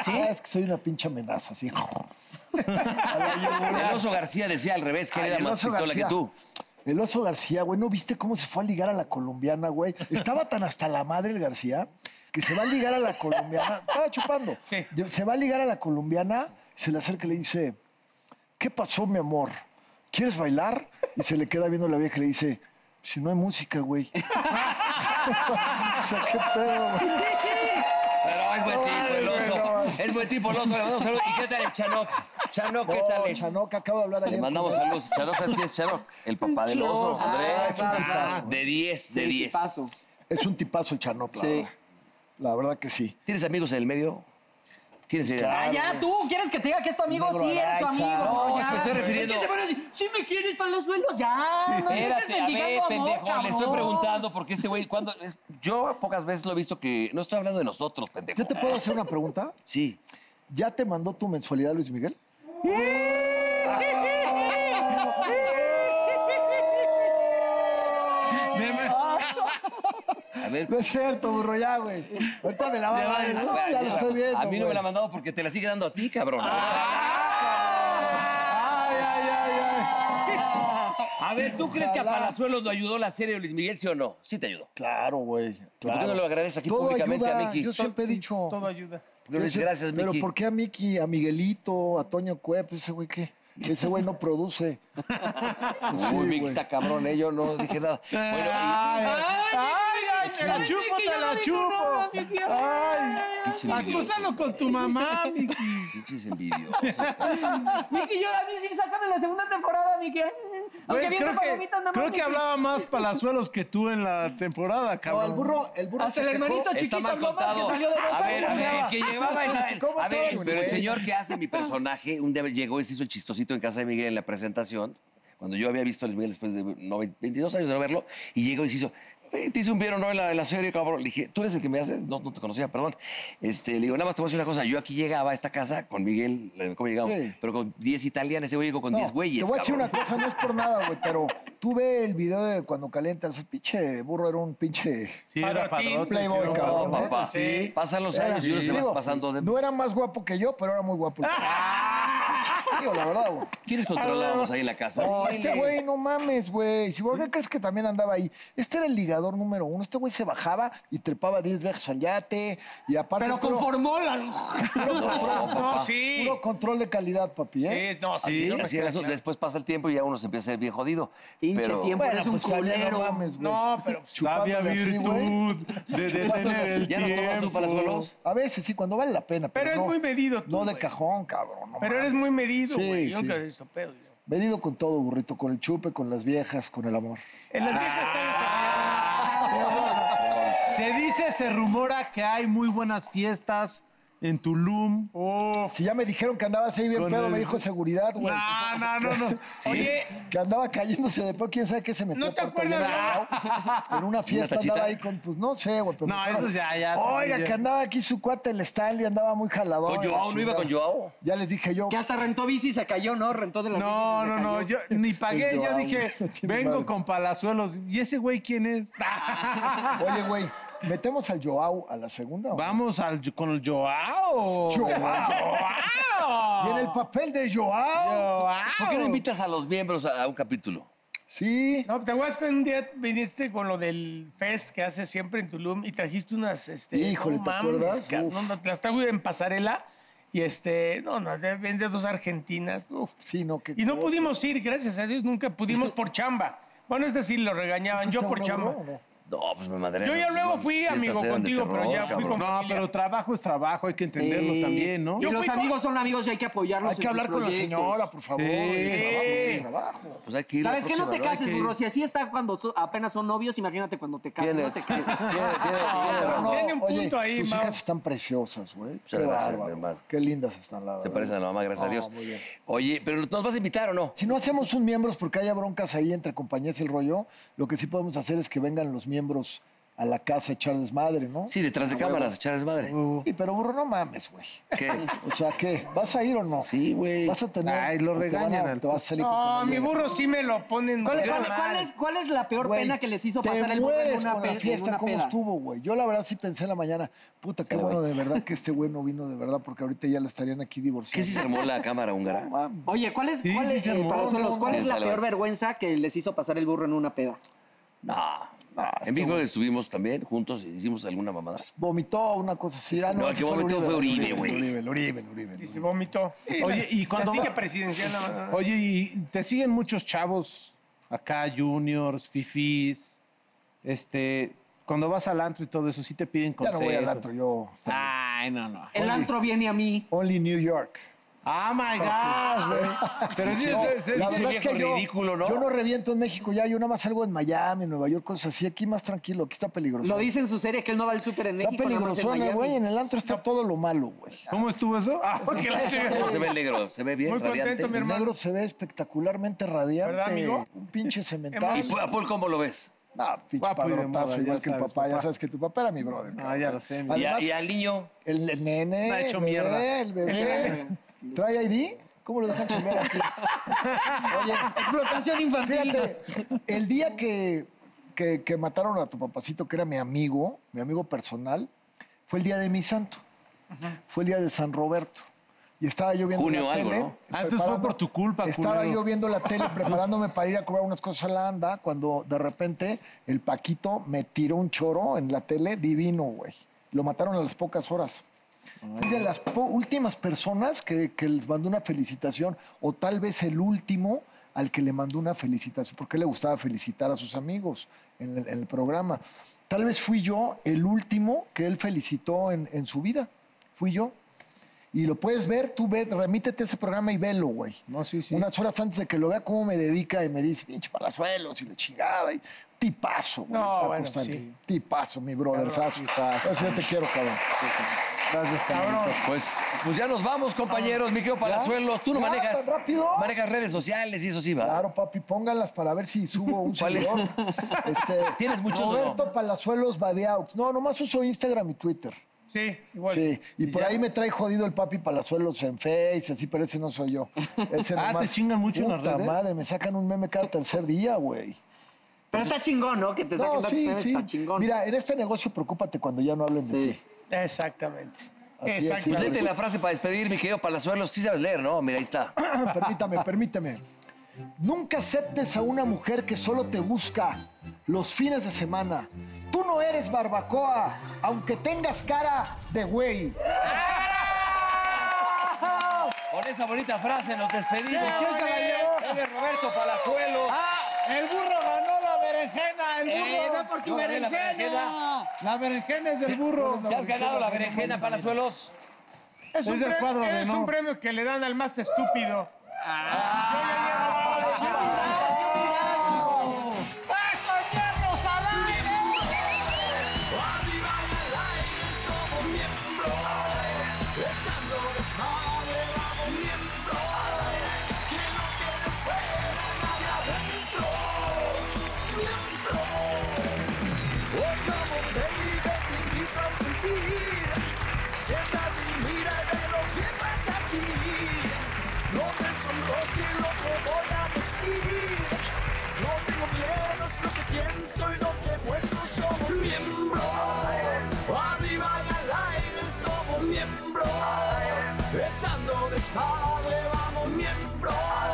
[SPEAKER 10] ¿Sí? Es que soy una pinche amenaza, sí.
[SPEAKER 3] El oso García decía al revés que él
[SPEAKER 10] Ay,
[SPEAKER 3] era
[SPEAKER 10] el
[SPEAKER 3] más
[SPEAKER 10] Oso
[SPEAKER 3] pistola
[SPEAKER 10] García.
[SPEAKER 3] que tú.
[SPEAKER 10] El oso García, güey, ¿no viste cómo se fue a ligar a la colombiana, güey? Estaba tan hasta la madre el García que se va a ligar a la colombiana. Estaba chupando.
[SPEAKER 4] Sí.
[SPEAKER 10] De- Se va a ligar a la colombiana, se le acerca y le dice, ¿qué pasó, mi amor? ¿Quieres bailar? Y se le queda viendo la vieja y le dice, si no hay música, güey. o sea, qué pedo, güey.
[SPEAKER 3] Pero es buen tipo el
[SPEAKER 10] ay,
[SPEAKER 3] oso.
[SPEAKER 10] no.
[SPEAKER 3] Es buen tipo pues, el oso. Le mandamos saludos. ¿Y qué tal el Chanoc? Chanoc, ¿qué tal
[SPEAKER 10] No,
[SPEAKER 3] es?
[SPEAKER 10] Chanoca, acabo de hablar ayer.
[SPEAKER 3] Le mandamos
[SPEAKER 10] con él.
[SPEAKER 3] saludos. Chanoc, ¿sabes quién es Chanoc? El papá del oso,
[SPEAKER 1] Ah,
[SPEAKER 3] Andrés.
[SPEAKER 1] claro, claro.
[SPEAKER 3] De 10, de
[SPEAKER 1] Sí,
[SPEAKER 3] 10.
[SPEAKER 1] tipazo.
[SPEAKER 10] Es un tipazo el Chanoca.
[SPEAKER 1] Sí.
[SPEAKER 10] La verdad que sí.
[SPEAKER 3] ¿Tienes amigos en el medio? eh, ¿Quiénes se
[SPEAKER 1] Ah, ya, tú quieres que te diga que es tu amigo,
[SPEAKER 10] Negro
[SPEAKER 1] sí, eres su
[SPEAKER 10] Araiza.
[SPEAKER 1] amigo.
[SPEAKER 10] No,
[SPEAKER 1] pero
[SPEAKER 3] es que
[SPEAKER 1] ya.
[SPEAKER 3] estoy refiriendo-
[SPEAKER 1] Es que se van a decir, si me quieres para los suelos,
[SPEAKER 3] Ah,
[SPEAKER 1] ya. No me estés
[SPEAKER 3] Espérate, a ver,
[SPEAKER 1] mendigando amor,
[SPEAKER 3] pendejo, le estoy
[SPEAKER 1] cabrón.
[SPEAKER 3] preguntando porque este güey, cuando yo pocas veces lo he visto que no estoy hablando de nosotros, pendejo.
[SPEAKER 10] ¿Yo te puedo hacer una pregunta?
[SPEAKER 3] Sí.
[SPEAKER 10] ¿Ya te mandó tu mensualidad, Luis Miguel?
[SPEAKER 3] A ver,
[SPEAKER 10] No es cierto, burro, ya, güey. Ahorita me la va a dar. ¿no? Ya, lo estoy viendo.
[SPEAKER 3] a mí no me
[SPEAKER 10] güey. Ah,
[SPEAKER 3] la ha mandado porque te la sigue dando a ti, cabrón.
[SPEAKER 10] Ay, ay, ay, ay.
[SPEAKER 3] A ver, ¿tú crees que a
[SPEAKER 10] Ojalá.
[SPEAKER 3] Palazuelos lo ayudó la serie de Luis Miguel, sí o no? Sí te ayudó.
[SPEAKER 10] Claro, güey.
[SPEAKER 3] ¿Por
[SPEAKER 10] Claro.
[SPEAKER 3] qué no lo agradeces aquí
[SPEAKER 10] Todo
[SPEAKER 3] públicamente
[SPEAKER 10] ayuda.
[SPEAKER 3] a Miki?
[SPEAKER 10] Yo siempre he dicho.
[SPEAKER 4] Todo ayuda.
[SPEAKER 3] ¿Por qué no le dices, gracias,
[SPEAKER 10] Pero
[SPEAKER 3] Miki.
[SPEAKER 10] ¿por qué a Miki, a Miguelito, a Toño Cuep, ese güey qué? Ese güey no produce. Sí,
[SPEAKER 3] Uy, Miki
[SPEAKER 10] güey.
[SPEAKER 3] está cabrón, ¿eh? yo no dije nada. Bueno,
[SPEAKER 4] Ay, ay, ay, te la
[SPEAKER 1] Miki,
[SPEAKER 4] chupo,
[SPEAKER 1] yo
[SPEAKER 4] te
[SPEAKER 1] no
[SPEAKER 4] la
[SPEAKER 1] digo nada, Miki,
[SPEAKER 4] chupo. Ay,
[SPEAKER 3] y pinches envidiosos,
[SPEAKER 4] acúsalo con tu mamá, Miki.
[SPEAKER 3] pinches envidiosos.
[SPEAKER 1] Miki, yo a mí sí, sácame la segunda temporada, Miki. Aunque
[SPEAKER 2] Güey,
[SPEAKER 1] viene palomitas, nada más.
[SPEAKER 2] creo que
[SPEAKER 1] Miki.
[SPEAKER 2] hablaba más Palazuelos que tú en la temporada,
[SPEAKER 10] No,
[SPEAKER 2] cabrón.
[SPEAKER 10] el burro, el burro. se
[SPEAKER 1] Hasta el
[SPEAKER 10] quejó.
[SPEAKER 1] hermanito
[SPEAKER 3] Está
[SPEAKER 1] chiquito
[SPEAKER 3] mal
[SPEAKER 1] Lomas que
[SPEAKER 3] contado.
[SPEAKER 1] salió de los
[SPEAKER 3] A ver, a
[SPEAKER 1] árboles.
[SPEAKER 3] ver, el que llevaba esa.
[SPEAKER 10] ¿Cómo
[SPEAKER 3] A ver,
[SPEAKER 10] todo,
[SPEAKER 3] pero el
[SPEAKER 10] güey?
[SPEAKER 3] señor que hace mi personaje, un día llegó y se hizo el chistosito en casa de Miguel en la presentación, cuando yo había visto a Luis Miguel después de no- 22 años de no verlo, y llegó y se hizo. "Eh, Te hice un vieron ¿no? en, la, en la serie, cabrón. Le dije, tú eres el que me hace. No, no te conocía, perdón. Este, le digo, nada más te voy a decir una cosa. Yo aquí llegaba a esta casa con Miguel, eh, ¿cómo llegamos?
[SPEAKER 10] Sí.
[SPEAKER 3] Pero con 10 italianos, ese güey llegó con
[SPEAKER 10] No,
[SPEAKER 3] 10 güeyes.
[SPEAKER 10] Te voy a decir
[SPEAKER 3] cabrón.
[SPEAKER 10] una cosa, no es por nada, güey, pero tú ve el video de cuando calienta. Ese pinche burro era un pinche.
[SPEAKER 2] Sí, era
[SPEAKER 4] Padrotín,
[SPEAKER 2] padrote. sí,
[SPEAKER 10] playboy,
[SPEAKER 2] era
[SPEAKER 10] cabrón,
[SPEAKER 2] padrote.
[SPEAKER 10] ¿no?
[SPEAKER 3] Papá,
[SPEAKER 4] Sí.
[SPEAKER 3] pasan los años y uno se
[SPEAKER 10] Digo,
[SPEAKER 3] va pasando de.
[SPEAKER 10] No era más guapo que yo, pero era muy guapo. Digo, la verdad, güey.
[SPEAKER 3] ¿Quiénes controlábamos ahí en la casa?
[SPEAKER 10] No, este güey, no mames, güey. Si por qué crees que también andaba ahí. Este era el ligador número uno. Este güey se bajaba y trepaba 10 viajes al yate. Y aparte.
[SPEAKER 1] Pero
[SPEAKER 10] puro-
[SPEAKER 1] con formola.
[SPEAKER 3] No, papá.
[SPEAKER 4] No, sí.
[SPEAKER 10] Puro control de calidad, papi, ¿eh?
[SPEAKER 4] Sí, no,
[SPEAKER 3] Así,
[SPEAKER 4] sí.
[SPEAKER 3] así era eso. Después pasa el tiempo y ya uno se empieza a ser bien jodido.
[SPEAKER 1] Pinche
[SPEAKER 3] Pero-
[SPEAKER 1] tiempo,
[SPEAKER 10] Bueno,
[SPEAKER 1] eres un
[SPEAKER 10] pues, también
[SPEAKER 1] culero.
[SPEAKER 10] No mames, güey.
[SPEAKER 4] No, pero pues,
[SPEAKER 10] Chupándole
[SPEAKER 2] Sabia
[SPEAKER 10] así, güey.
[SPEAKER 2] virtud de detener el
[SPEAKER 3] ¿Ya no tomas tú
[SPEAKER 2] tiempo.
[SPEAKER 3] Palazuelos?
[SPEAKER 10] A veces sí, cuando vale la pena. Pero,
[SPEAKER 4] Pero es
[SPEAKER 10] no-
[SPEAKER 4] muy medido tú,
[SPEAKER 10] No de
[SPEAKER 4] güey.
[SPEAKER 10] cajón, cabrón. no
[SPEAKER 4] pero
[SPEAKER 10] mames.
[SPEAKER 4] eres muy medido,
[SPEAKER 10] Sí,
[SPEAKER 4] güey. Yo
[SPEAKER 10] sí.
[SPEAKER 4] nunca he visto pedo. yo.
[SPEAKER 10] Medido con todo, burrito. Con el chupe, con las viejas, con el amor.
[SPEAKER 4] En
[SPEAKER 3] Ah.
[SPEAKER 4] las viejas están las
[SPEAKER 2] Se dice, se rumora que hay muy buenas fiestas en Tulum.
[SPEAKER 3] Oh,
[SPEAKER 10] Si ya me dijeron que andabas ahí bien
[SPEAKER 2] Con
[SPEAKER 10] pedo,
[SPEAKER 2] el-
[SPEAKER 10] me dijo seguridad, güey.
[SPEAKER 2] No, no, no, no.
[SPEAKER 4] Oye,
[SPEAKER 10] Que andaba cayéndose de pedo, quién sabe qué se metió.
[SPEAKER 4] ¿no te
[SPEAKER 10] aparte allá
[SPEAKER 4] acuerdas?
[SPEAKER 10] en la- En una fiesta
[SPEAKER 3] tachita?
[SPEAKER 10] andaba ahí con, pues no sé, güey. pero
[SPEAKER 2] No,
[SPEAKER 10] me acuerdo-
[SPEAKER 2] eso ya, ya,
[SPEAKER 10] Oiga,
[SPEAKER 2] ya.
[SPEAKER 10] que andaba aquí su cuate, el Stanley, andaba muy jalador.
[SPEAKER 3] Con Joao, ¿no iba con Joao?
[SPEAKER 10] Ya les dije yo.
[SPEAKER 1] Que hasta rentó bici y se cayó, ¿no? Rentó de la
[SPEAKER 2] No, no, no, yo ni pagué,
[SPEAKER 10] Yo
[SPEAKER 2] yo
[SPEAKER 10] amo.
[SPEAKER 2] dije,
[SPEAKER 10] Sí, madre.
[SPEAKER 2] vengo con Palazuelos. ¿Y ese güey quién es?
[SPEAKER 10] Oye, güey, ¿metemos al Joao a la segunda? o no?
[SPEAKER 2] Vamos al, con el Joao.
[SPEAKER 10] Y en el papel de Joao.
[SPEAKER 3] ¿Por qué no invitas a los miembros a, a un capítulo?
[SPEAKER 10] Sí.
[SPEAKER 4] No, te acuerdas que un día viniste con lo del fest que haces siempre en Tulum y trajiste unas, este,
[SPEAKER 10] Híjole,
[SPEAKER 4] no
[SPEAKER 10] ¿te
[SPEAKER 4] mames,
[SPEAKER 10] acuerdas?
[SPEAKER 4] cabrón,
[SPEAKER 10] Uf.
[SPEAKER 4] No, no, las traigo en pasarela y este, no, no, de- vende dos argentinas, uf.
[SPEAKER 10] Sí, no, qué
[SPEAKER 4] Y no
[SPEAKER 10] cosa.
[SPEAKER 4] pudimos ir, gracias a Dios, nunca pudimos por chamba. Bueno, es decir, lo regañaban, yo
[SPEAKER 10] ¿Fuiste a
[SPEAKER 4] por
[SPEAKER 10] una,
[SPEAKER 4] chamba.
[SPEAKER 10] bro, o no?
[SPEAKER 3] No, pues me madre.
[SPEAKER 4] Yo ya luego fui amigo contigo, pero ya fui con-
[SPEAKER 2] No, pero trabajo es trabajo, hay que entenderlo también, ¿no?
[SPEAKER 1] Y
[SPEAKER 4] Yo
[SPEAKER 1] los
[SPEAKER 4] fui con-
[SPEAKER 1] amigos son amigos y hay que apoyarlos.
[SPEAKER 10] Hay
[SPEAKER 1] en
[SPEAKER 10] que
[SPEAKER 1] sus
[SPEAKER 10] hablar con la
[SPEAKER 1] proyectos.
[SPEAKER 10] señora, por favor.
[SPEAKER 2] Sí.
[SPEAKER 10] El trabajo es el trabajo.
[SPEAKER 3] Pues hay que ir la
[SPEAKER 1] ¿Sabes qué? No te
[SPEAKER 3] próxima,
[SPEAKER 1] cases,
[SPEAKER 2] que-
[SPEAKER 1] burro. Si así está cuando so- apenas son novios, imagínate cuando te cases.
[SPEAKER 3] Tiene,
[SPEAKER 1] No te
[SPEAKER 3] tiene,
[SPEAKER 1] cases.
[SPEAKER 3] tiene- tiene
[SPEAKER 10] Pero
[SPEAKER 3] razón.
[SPEAKER 4] Ah, tiene un
[SPEAKER 10] oye,
[SPEAKER 4] punto ahí,
[SPEAKER 10] Tus
[SPEAKER 4] Mau.
[SPEAKER 10] hijas están preciosas, güey. Qué
[SPEAKER 3] gracias, mi
[SPEAKER 10] bárbaro.
[SPEAKER 3] hermano.
[SPEAKER 10] Qué lindas están, la verdad.
[SPEAKER 3] Se parece a la mamá, gracias a
[SPEAKER 10] No,
[SPEAKER 3] Dios.
[SPEAKER 10] Ah, muy bien.
[SPEAKER 3] Oye, pero ¿nos vas a invitar o no?
[SPEAKER 10] Si no hacemos un miembros porque haya broncas ahí entre compañías y el rollo, lo que sí podemos hacer es que vengan los miembros a la casa a echar desmadre, ¿no?
[SPEAKER 3] Sí, detrás de cámaras, echar desmadre.
[SPEAKER 4] Uh.
[SPEAKER 10] Sí, pero burro, no mames, güey.
[SPEAKER 3] ¿Qué?
[SPEAKER 10] O sea, ¿qué? ¿Vas a ir o no?
[SPEAKER 3] Sí, güey.
[SPEAKER 10] Vas a tener.
[SPEAKER 2] Ay, lo
[SPEAKER 10] o te van a-
[SPEAKER 2] regañan al-
[SPEAKER 10] Te vas a salir con
[SPEAKER 4] No,
[SPEAKER 10] tu
[SPEAKER 4] mi
[SPEAKER 10] bandera.
[SPEAKER 4] burro sí me lo ponen.
[SPEAKER 1] ¿Cuál,
[SPEAKER 4] de
[SPEAKER 1] cuál-
[SPEAKER 4] mal.
[SPEAKER 1] cuál es, cuál es la peor
[SPEAKER 10] Güey,
[SPEAKER 1] pena que les hizo
[SPEAKER 10] te
[SPEAKER 1] pasar el burro en
[SPEAKER 10] mueres
[SPEAKER 1] una,
[SPEAKER 10] con la
[SPEAKER 1] pe- en
[SPEAKER 10] fiesta,
[SPEAKER 1] una
[SPEAKER 10] ¿cómo
[SPEAKER 1] peda?
[SPEAKER 10] estuvo, güey? Yo la verdad sí pensé en la mañana, puta, qué
[SPEAKER 3] Sí,
[SPEAKER 10] bueno
[SPEAKER 3] güey.
[SPEAKER 10] de verdad que este güey no vino de verdad, porque ahorita ya lo estarían aquí divorciando.
[SPEAKER 3] ¿Qué si se armó la cámara húngara?
[SPEAKER 10] No mames.
[SPEAKER 1] Oye, ¿cuál es,
[SPEAKER 2] Sí,
[SPEAKER 1] cuál
[SPEAKER 2] sí,
[SPEAKER 1] es,
[SPEAKER 2] se
[SPEAKER 1] eh,
[SPEAKER 2] armó.
[SPEAKER 1] para los solos, cuál es la
[SPEAKER 3] Dale,
[SPEAKER 1] peor
[SPEAKER 3] vale.
[SPEAKER 1] vergüenza que les hizo pasar el burro en una peda?
[SPEAKER 3] No, no. En Vigo estuvimos también juntos y hicimos alguna mamada.
[SPEAKER 10] Vomitó una cosa así. Ah, no,
[SPEAKER 3] No, el
[SPEAKER 10] ese
[SPEAKER 3] que
[SPEAKER 10] el
[SPEAKER 3] vomitó fue Uribe, güey.
[SPEAKER 10] Uribe, el Uribe, el Uribe. el
[SPEAKER 4] Y se
[SPEAKER 10] Uribe.
[SPEAKER 4] vomitó.
[SPEAKER 2] Oye, ¿y cuando
[SPEAKER 4] Así
[SPEAKER 2] va-
[SPEAKER 4] que presidencial. no, no.
[SPEAKER 2] Oye, y te siguen muchos chavos acá, juniors, fifís. Este, cuando vas al antro y todo eso, sí te piden
[SPEAKER 10] Ya no
[SPEAKER 2] consejos.
[SPEAKER 10] voy al antro yo.
[SPEAKER 2] Ay, no, no.
[SPEAKER 1] El antro viene a mí.
[SPEAKER 10] Only New York.
[SPEAKER 2] Ah, my gosh, güey. Pero sí, es, es-
[SPEAKER 10] La
[SPEAKER 2] es-
[SPEAKER 10] verdad es que yo, yo no reviento en México ya, yo nada más salgo en Miami, Nueva York, cosas así. Aquí más tranquilo, aquí está peligroso.
[SPEAKER 1] Lo dice en su serie que él no va al súper en
[SPEAKER 10] Está
[SPEAKER 1] México. nada más en
[SPEAKER 10] peligroso,
[SPEAKER 1] Miami.
[SPEAKER 10] güey. En el antro está todo lo malo, güey.
[SPEAKER 2] ¿Cómo estuvo eso? Ah, ok, la chingada.
[SPEAKER 3] ¿Cómo se ve el negro? ¿Se ve bien,
[SPEAKER 4] Muy
[SPEAKER 3] radiante?
[SPEAKER 4] contento, mi
[SPEAKER 10] El
[SPEAKER 4] hermano.
[SPEAKER 10] negro se ve espectacularmente radiante.
[SPEAKER 4] ¿Verdad, amigo?
[SPEAKER 10] Un pinche
[SPEAKER 3] ¿Y
[SPEAKER 10] cemental.
[SPEAKER 3] pu- a Paul cómo lo ves?
[SPEAKER 10] Ah, pinche
[SPEAKER 2] Guapo y de
[SPEAKER 10] padrotazo,
[SPEAKER 2] moda,
[SPEAKER 10] igual
[SPEAKER 2] ya
[SPEAKER 10] que el
[SPEAKER 2] sabes,
[SPEAKER 10] papá. Ya
[SPEAKER 2] papá.
[SPEAKER 10] sabes que tu papá era mi brother.
[SPEAKER 2] Ah, ya lo sé. mi-
[SPEAKER 3] ¿Y, a-
[SPEAKER 10] Además-
[SPEAKER 3] y al niño?
[SPEAKER 10] El, el nene.
[SPEAKER 2] Está hecho
[SPEAKER 10] el bebé,
[SPEAKER 2] mierda.
[SPEAKER 10] El bebé. ¿Trae ID? ¿Cómo lo dejan chambear aquí? Oye,
[SPEAKER 1] Explotación infantil.
[SPEAKER 10] fíjate, el día que, que, que mataron a tu papacito, que era mi amigo, mi amigo personal, fue el día de mi santo. Fue el día de San Roberto. Y estaba yo viendo
[SPEAKER 3] Junio
[SPEAKER 10] la
[SPEAKER 3] algo,
[SPEAKER 10] tele.
[SPEAKER 3] ¿no?
[SPEAKER 2] Ah, entonces
[SPEAKER 10] preparando-
[SPEAKER 2] fue por tu culpa,
[SPEAKER 10] Estaba
[SPEAKER 2] culero.
[SPEAKER 10] yo viendo la tele preparándome para ir a cobrar unas cosas a la anda cuando de repente el Paquito me tiró un choro en la tele divino, güey. Lo mataron a las pocas horas. Fui de las po- últimas personas que, que les mandó una felicitación, o tal vez el último al que le mandó una felicitación, porque le gustaba felicitar a sus amigos en el, en el programa. Tal vez fui yo el último que él felicitó en, en su vida. Fui yo. Y lo puedes ver, tú ve, remítete a ese programa y velo, güey.
[SPEAKER 2] No, sí, sí.
[SPEAKER 10] Unas horas antes de que lo vea, cómo me dedica y me dice, pinche palazuelos y la chingada. Y tipazo, güey.
[SPEAKER 4] No,
[SPEAKER 10] Paco
[SPEAKER 4] bueno,
[SPEAKER 10] Stanley.
[SPEAKER 4] sí.
[SPEAKER 10] Tipazo, mi brother.
[SPEAKER 2] tipazo.
[SPEAKER 10] Eso yo te quiero, cabrón.
[SPEAKER 2] Gracias, cabrón.
[SPEAKER 4] Cabrón.
[SPEAKER 3] Pues, pues ya nos vamos, compañeros. Mi querido Palazuelos, tú no
[SPEAKER 10] ¿Ya?
[SPEAKER 3] manejas.
[SPEAKER 10] ¿Tan rápido?
[SPEAKER 3] Manejas redes sociales y eso sí va.
[SPEAKER 10] Claro, papi, pónganlas para ver si subo un
[SPEAKER 3] ¿Cuál es?
[SPEAKER 10] seguidor. Este,
[SPEAKER 3] ¿Tienes muchos o no?
[SPEAKER 10] Roberto Palazuelos Badeaux. No, nomás uso Instagram y Twitter.
[SPEAKER 4] Sí, igual.
[SPEAKER 10] Sí, y, por ahí me trae jodido el papi Palazuelos en Face, así, pero ese no soy yo. Ese
[SPEAKER 2] Ah,
[SPEAKER 10] nomás-
[SPEAKER 2] te chingan mucho en las
[SPEAKER 10] Puta
[SPEAKER 2] redes.
[SPEAKER 10] madre, me sacan un meme cada tercer día, güey.
[SPEAKER 1] Pero está chingón, ¿no? Que te saquen
[SPEAKER 10] No,
[SPEAKER 1] tantos
[SPEAKER 10] sí,
[SPEAKER 1] memes,
[SPEAKER 10] sí.
[SPEAKER 1] está chingón.
[SPEAKER 10] Mira, en este negocio preocúpate cuando ya no hablen de
[SPEAKER 1] Sí.
[SPEAKER 10] ti.
[SPEAKER 4] Exactamente.
[SPEAKER 10] Así es,
[SPEAKER 3] Pues
[SPEAKER 4] Exactamente.
[SPEAKER 3] léete la frase para despedir, mi querido Palazuelos. Sí sabes leer, ¿no? Mira, ahí está.
[SPEAKER 10] permítame, permítame. Nunca aceptes a una mujer que solo te busca los fines de semana. Tú no eres barbacoa, aunque tengas cara de güey.
[SPEAKER 3] Con esa bonita frase nos despedimos.
[SPEAKER 4] ¿Quién se la llevó? Ah,
[SPEAKER 3] Dale, Roberto Palazuelos.
[SPEAKER 4] El burro ganó la berenjena. El burro.
[SPEAKER 1] ¡Eh, ve por tu
[SPEAKER 3] Yo gané la
[SPEAKER 1] berenjena!
[SPEAKER 3] berenjena.
[SPEAKER 4] La berenjena es del burro.
[SPEAKER 3] ¿Te has ganado la berenjena, Palazuelos?
[SPEAKER 4] Es un,
[SPEAKER 2] Es del
[SPEAKER 4] premio,
[SPEAKER 2] cuadro de
[SPEAKER 4] es
[SPEAKER 2] no.
[SPEAKER 4] un premio que le dan al más estúpido. ¡Estos hierros al aire!
[SPEAKER 11] Echando desmadre, vamos miembros.